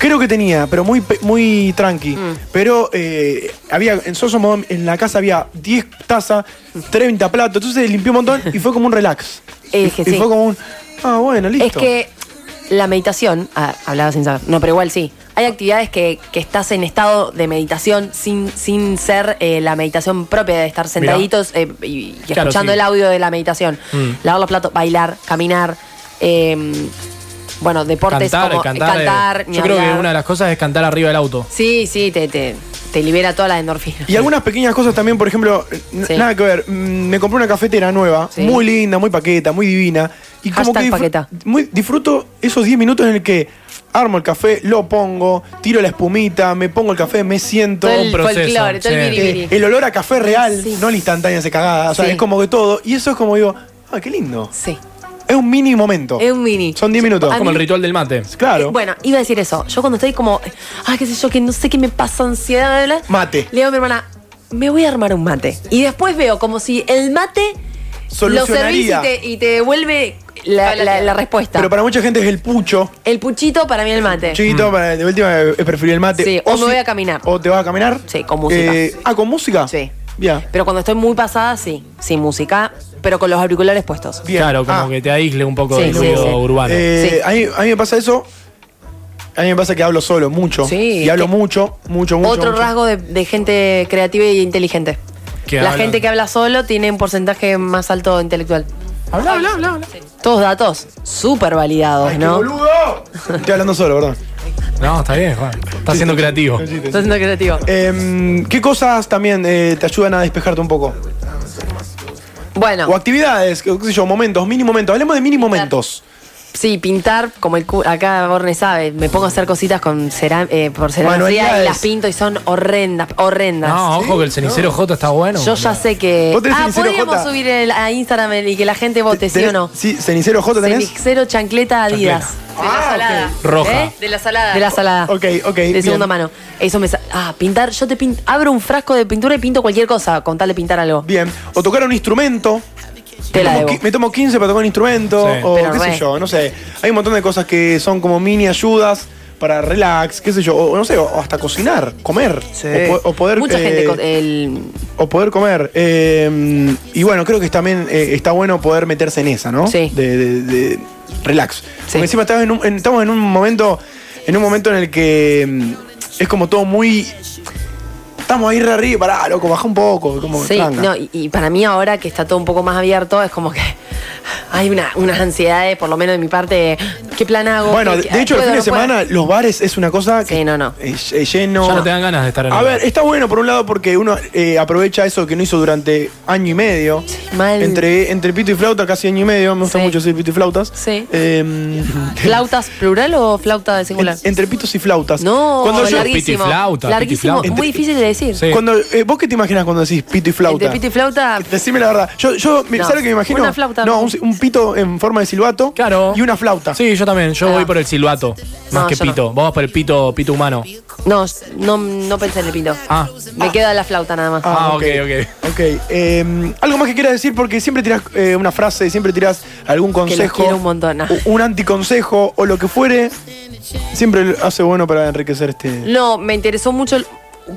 creo que tenía, pero muy, pe- muy tranqui.
Mm.
Pero eh, había, en Soso Modem, en la casa había 10 tazas, 30 platos. Entonces limpié un montón y fue como un relax.
Es que
y,
sí.
fue como un. Ah, bueno, listo.
Es que la meditación, ah, hablaba sin saber, no, pero igual sí. Hay actividades que, que estás en estado de meditación sin, sin ser eh, la meditación propia de estar sentaditos eh, y, y
Claro,
escuchando
sí.
el audio de la meditación.
Mm.
Lavar los platos, bailar, caminar, eh, bueno, deportes
Cantar,
como
cantar. eh,
cantar, ni
yo creo que
hablar.
una de las cosas es cantar arriba del auto.
Sí, sí, te, te, te libera todas las endorfinas.
Y algunas pequeñas cosas también, por ejemplo, n-
Sí.
nada que ver. mm, Me compré una cafetera nueva,
Sí.
muy linda, muy paqueta, muy divina. Y como
Hashtag
que disfr-
paqueta.
muy- disfruto esos 10 minutos en el que armo el café, lo pongo, tiro la espumita, me pongo el café, me siento.
Todo el Un proceso, folclore, todo el sí. biribiri.
Eh, el olor a café real, no la instantánea se cagada. O sea,
Sí.
es como que todo. Y eso es como digo, ah, qué lindo.
Sí.
Es un mini momento.
Es un mini.
Son 10 minutos.
a Como mí- el
ritual del mate.
Claro.
Eh, Bueno, iba a decir eso. Yo cuando estoy como, ay, qué sé yo, que no sé qué me pasa, ansiedad, bla, bla, bla,
Mate.
le digo a mi hermana, me voy a armar un mate. Y después veo como si el mate lo servís y
Solucionaría.
te, y te devuelve la, la- la respuesta.
Pero para mucha gente es el pucho.
El puchito para mí el mate.
Chiquito, para, de última es preferir el mate.
Sí, o me
si-
voy a caminar.
¿O te vas a caminar?
Sí, con música.
Eh, ah, ¿con música?
Sí.
Bien.
Pero cuando estoy muy pasada, sí, sin música, pero con los auriculares puestos.
Claro, como
Ah.
que te aísle un poco
Sí,
del
sí,
ruido
sí.
urbano.
Eh, a, mí, a mí me pasa eso. A mí me pasa que hablo solo, mucho.
Sí,
Y hablo
que-
mucho, mucho, mucho.
Otro
mucho.
rasgo de, de gente creativa e inteligente.
Que
la
hablan.
gente que habla solo tiene un porcentaje más alto intelectual.
Habla, habla, habla, habla.
Todos datos súper validados,
¡Qué
¿no?
boludo! Estoy hablando solo, perdón.
No, está bien, Juan. Está siendo creativo.
Estás siendo creativo.
Em, ¿Qué cosas también eh, te ayudan a despejarte un poco?
Bueno,
O actividades, qué sé yo, momentos, mini momentos. Hablemos de mini momentos.
sí, pintar, como el cu- acá Borne sabe, me pongo a hacer cositas con ceram- eh, por cerámica fría y
Manualidades.
las pinto y son horrendas, horrendas.
No, ojo que el cenicero J está bueno.
Yo ya sé que.
¿Vos tenés
Ah,
cenicero
podríamos
J?
subir el- a Instagram el- y que la gente vote, ¿sí
¿Tenés-
o no?
Sí, cenicero J tenés. Ah,
Cenicero chancleta Adidas.
salada.
Roja.
¿Eh?
De la salada.
De la salada.
Ok, ok.
De
bien.
segunda mano. Eso me. sa- Ah, pintar. Yo te pin- abro un frasco de pintura y pinto cualquier cosa con tal de pintar algo.
Bien. O tocar un instrumento.
Te la
Me tomo
debo.
qui- Me tomo 15 para tocar un instrumento.
Sí.
O
Pero
qué
re.
sé yo, no sé. Hay un montón de cosas que son como mini ayudas para relax, qué sé yo. O no sé, o- o hasta cocinar, comer. O, po- o poder.
Mucha
eh,
gente. con- el,
O poder comer. Eh, y bueno, creo que también eh, está bueno poder meterse en esa, ¿no? Sí. De, de- de relax. Porque encima estás en un- en- estamos en un momento. En un momento en el que mm, es como todo muy. Estamos ahí re arriba, pará, loco, baja un poco. Como
Sí,
tranca.
no, y, y para mí ahora que está todo un poco más abierto, es como que hay una, unas ansiedades, por lo menos de mi parte, de, ¿qué plan hago?
Bueno,
¿Qué-
de,
qué-
de hecho, el
puedo,
fin de
no puedo?
semana los bares es una cosa que es, es lleno.
Ya no te dan ganas de estar en
A
el
ver,
bar.
está bueno por un lado porque uno eh, aprovecha eso que no hizo durante año y medio.
mal.
Entre, entre pito y flauta, casi año y medio. Me gusta mucho decir pito y flautas.
Sí.
Eh,
¿Flautas plural o flauta de singular?
entre pitos y flautas.
No,
Cuando yo-
larguísimo. larguísimo, muy difícil de decir.
Cuando, eh, ¿Vos qué te imaginas cuando decís pito y flauta?
Entre pito y flauta,
Decime la verdad. Yo, yo me-
No,
¿sabes lo que me imagino?
una flauta.
No, un, un pito en forma de silbato. Claro. Y una flauta.
Sí, yo también. Yo voy por el silbato. Más
Ah. No,
que
yo no.
pito. Vamos por el pito, pito humano.
no, no, no pensé en el pito.
Ah.
Me queda la flauta nada más.
Ah, ok, ok.
Ok, eh, algo más que quieras decir porque siempre tirás eh, una frase, siempre tirás algún consejo,
quiero un montón, ah.
o un anticonsejo o lo que fuere, siempre lo hace bueno para enriquecer este.
No, me interesó mucho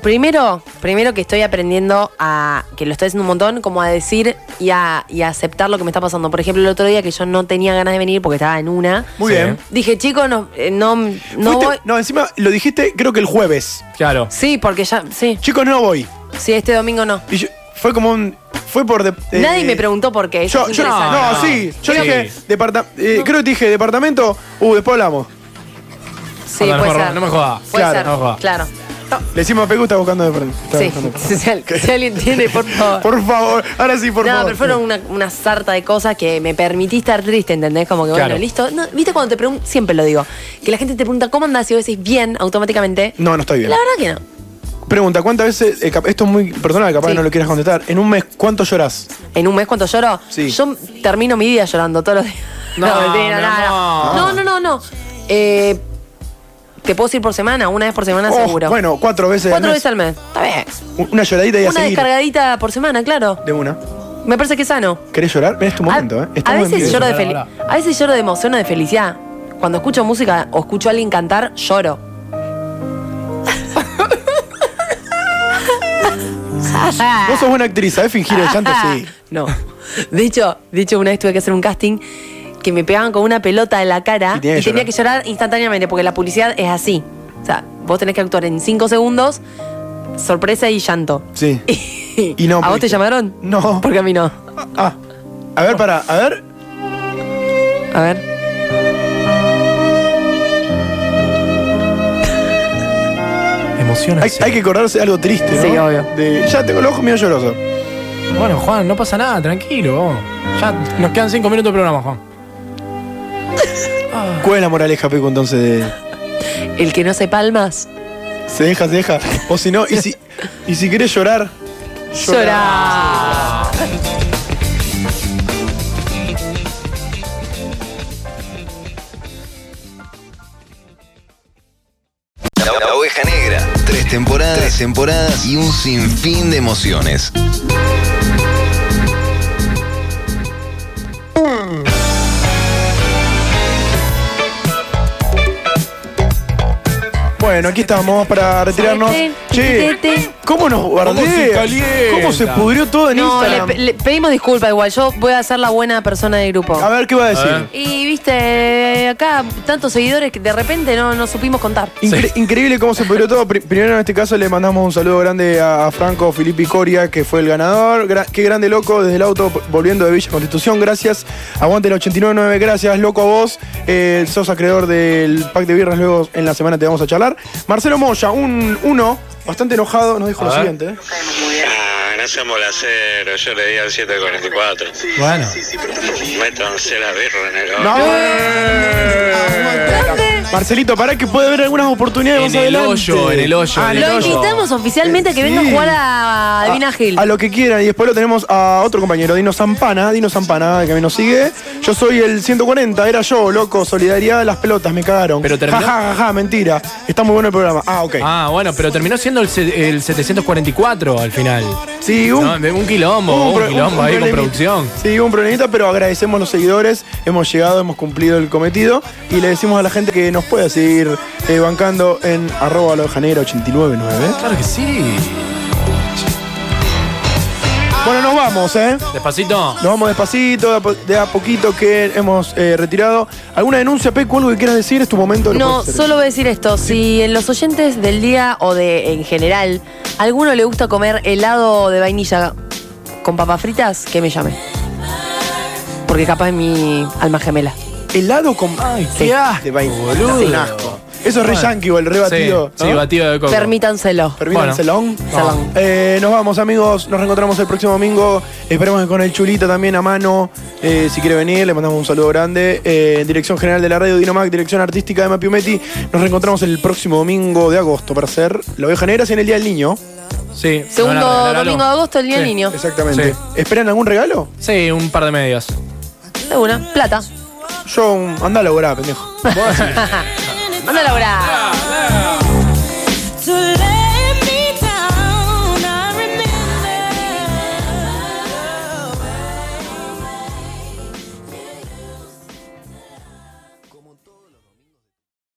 primero, primero que estoy aprendiendo a, que lo estoy haciendo un montón, como a decir y a, y a aceptar lo que me está pasando. Por ejemplo, el otro día que yo no tenía ganas de venir porque estaba en una.
Muy bien.
Dije, chicos, no, eh, no, no
Fuiste-
voy.
no, encima lo dijiste creo que el jueves.
Claro.
Sí, porque ya, sí.
Chicos, no voy.
Sí, este domingo no.
Y yo- fue como un... Fue por... de- eh,
Nadie me preguntó por qué. eso
Yo,
es
yo- no,
interesante.
sí. Yo
Sí.
dije, departa- eh, creo que te dije, departamento, uh, después hablamos.
Sí,
Anda, no
puede
me
ser.
ro- no me jodas.
Puede
Claro,
ser,
no me jodas.
Claro.
Le decimos a Pecu, está buscando departamento. está
Sí,
buscando
si,
departamento.
si al- si alguien tiene, por favor.
Por favor, ahora sí, por
no,
favor.
pero fueron una, una sarta de cosas que me permití estar triste, ¿entendés? Como que,
Claro.
bueno, listo. No, ¿Viste cuando te preguntan? Siempre lo digo. Que la gente te pregunta cómo andas y vos decís bien automáticamente.
No, no estoy bien.
La verdad que no.
Pregunta, ¿cuántas veces, eh, cap- esto es muy personal, capaz
Sí.
que no lo quieras contestar, en un mes cuánto llorás?
En un mes cuando lloro,
Sí.
yo termino mi día llorando todos los días.
No,
mentira,
mi
nada.
amor.
no, no, no, no. Eh, te puedo decir por semana, una vez por semana
Oh,
seguro.
Bueno, cuatro veces
Cuatro
al mes.
veces al mes. Está bien.
Un- Una lloradita y a
Una
seguir.
descargadita por semana, claro.
De una.
Me parece que es sano.
¿Querés llorar? Ven, es tu momento, ¿eh?
A
Estamos en
veces
vivo.
lloro de feliz. A veces lloro de emoción o de felicidad. Cuando escucho música o escucho a alguien cantar, lloro.
Vos sos buena actriz, ¿sabés fingir el llanto? Sí.
No. De hecho, de hecho, una vez tuve que hacer un casting que me pegaban con una pelota en la cara
Y
y,
tenía que
tenía
llorar.
que llorar instantáneamente, porque la publicidad es así. O sea, vos tenés que actuar en cinco segundos, sorpresa y llanto.
Sí. Y no
¿A vos te
pudiste.
llamaron?
No.
Porque a mí no.
Ah. A ver, para, a ver.
A ver.
Emociona.
Hay, hay que acordarse de algo triste, ¿no?
Sí, obvio.
De, ya tengo los ojos medio llorosos.
Bueno, Juan, no pasa nada, tranquilo. vos. Ya nos quedan cinco minutos de programa, Juan.
Ah.
¿Cuál es la moraleja, Peco, entonces? de-
El que no se palmas,
se deja, se deja. O si no, y si, y si querés llorar,
llora.
La, la oveja negra. Tres temporadas, tres temporadas y un sinfín de emociones.
Bueno, aquí estamos para retirarnos. Che, ¿cómo nos guardé? ¿Cómo se pudrió todo en
no,
Instagram?
le- le pedimos disculpas igual. Yo voy a ser la buena persona del grupo.
A ver, ¿qué va a decir?
Y viste, acá tantos seguidores que de repente no, no supimos contar.
Incre- Increíble cómo se pudrió todo. Pri- Primero en este caso le mandamos un saludo grande a, a Franco Filippi Coria, que fue el ganador. Gra- qué grande loco desde el auto p- volviendo de Villa Constitución. Gracias. Aguante el 89.9. Gracias, loco a vos. Eh, sos acreedor del pack de birras. Luego en la semana te vamos a charlar. Marcelo Moya, un uno bastante enojado, nos dijo
A
lo
ver.
siguiente. ¿eh?
Ah, no seamos la cero, yo le di al 744.
Bueno.
Métanse la birra en el
No.
hoyo.
Marcelito, pará que puede haber algunas oportunidades
En
más
el
adelante. Ah,
hoyo, en el hoyo, en el
Lo invitamos Ah, oficialmente a que venga a jugar a Adivina Gil.
A lo que quieran. Y después lo tenemos a otro compañero, Dino Zampana. Dino Zampana, que nos sigue. Yo soy el 140, era yo, loco. Solidaridad de las pelotas, me cagaron. Pero
terminó-
Ja, ja, ja, ja, mentira. Está muy bueno el programa. Ah, ok.
Ah, bueno, pero terminó siendo el, se- el 744 al final.
Sí, un,
un quilombo, un,
pro-
quilombo
un
ahí con
problemi-
producción.
Sí, un problemita, pero agradecemos a los seguidores. Hemos llegado, hemos cumplido el cometido. Y le decimos a la gente que nos pueda seguir eh, bancando en arroba lo de Janeiro 899.
Claro que sí.
Bueno, nos vamos, ¿eh?
Despacito.
Nos vamos despacito, de a, po- de a poquito que hemos eh, retirado. ¿Alguna denuncia, Pecu? ¿Algo que quieras decir? Es tu momento. lo
No,
puedes hacer.
solo voy a decir esto. Si en los oyentes del día o de en general, a alguno le gusta comer helado de vainilla con papas fritas, que me llame. Porque capaz es mi alma gemela.
Helado con... Ay, qué asco, boludo.
Sí.
Un asco. Eso es re yankee, o el re batido.
Sí, sí, batido de coco.
Permítanselo.
Permítanselo.
Salón.
Eh, nos vamos, amigos. Nos reencontramos el próximo domingo. Esperemos que con el Chulita también a mano. Eh, si quiere venir, le mandamos un saludo grande. Eh, dirección General de la Radio Dinomac, Dirección Artística de Mapiumetti. Nos reencontramos el próximo domingo de agosto para hacer La Oveja Negra, si en el Día del Niño.
Sí.
Segundo domingo de agosto, el Día del Niño.
Exactamente. ¿Esperan algún regalo?
Sí, un par de medias.
De una, plata.
Yo, un, andá a lograr, pendejo.
Anda a laburar.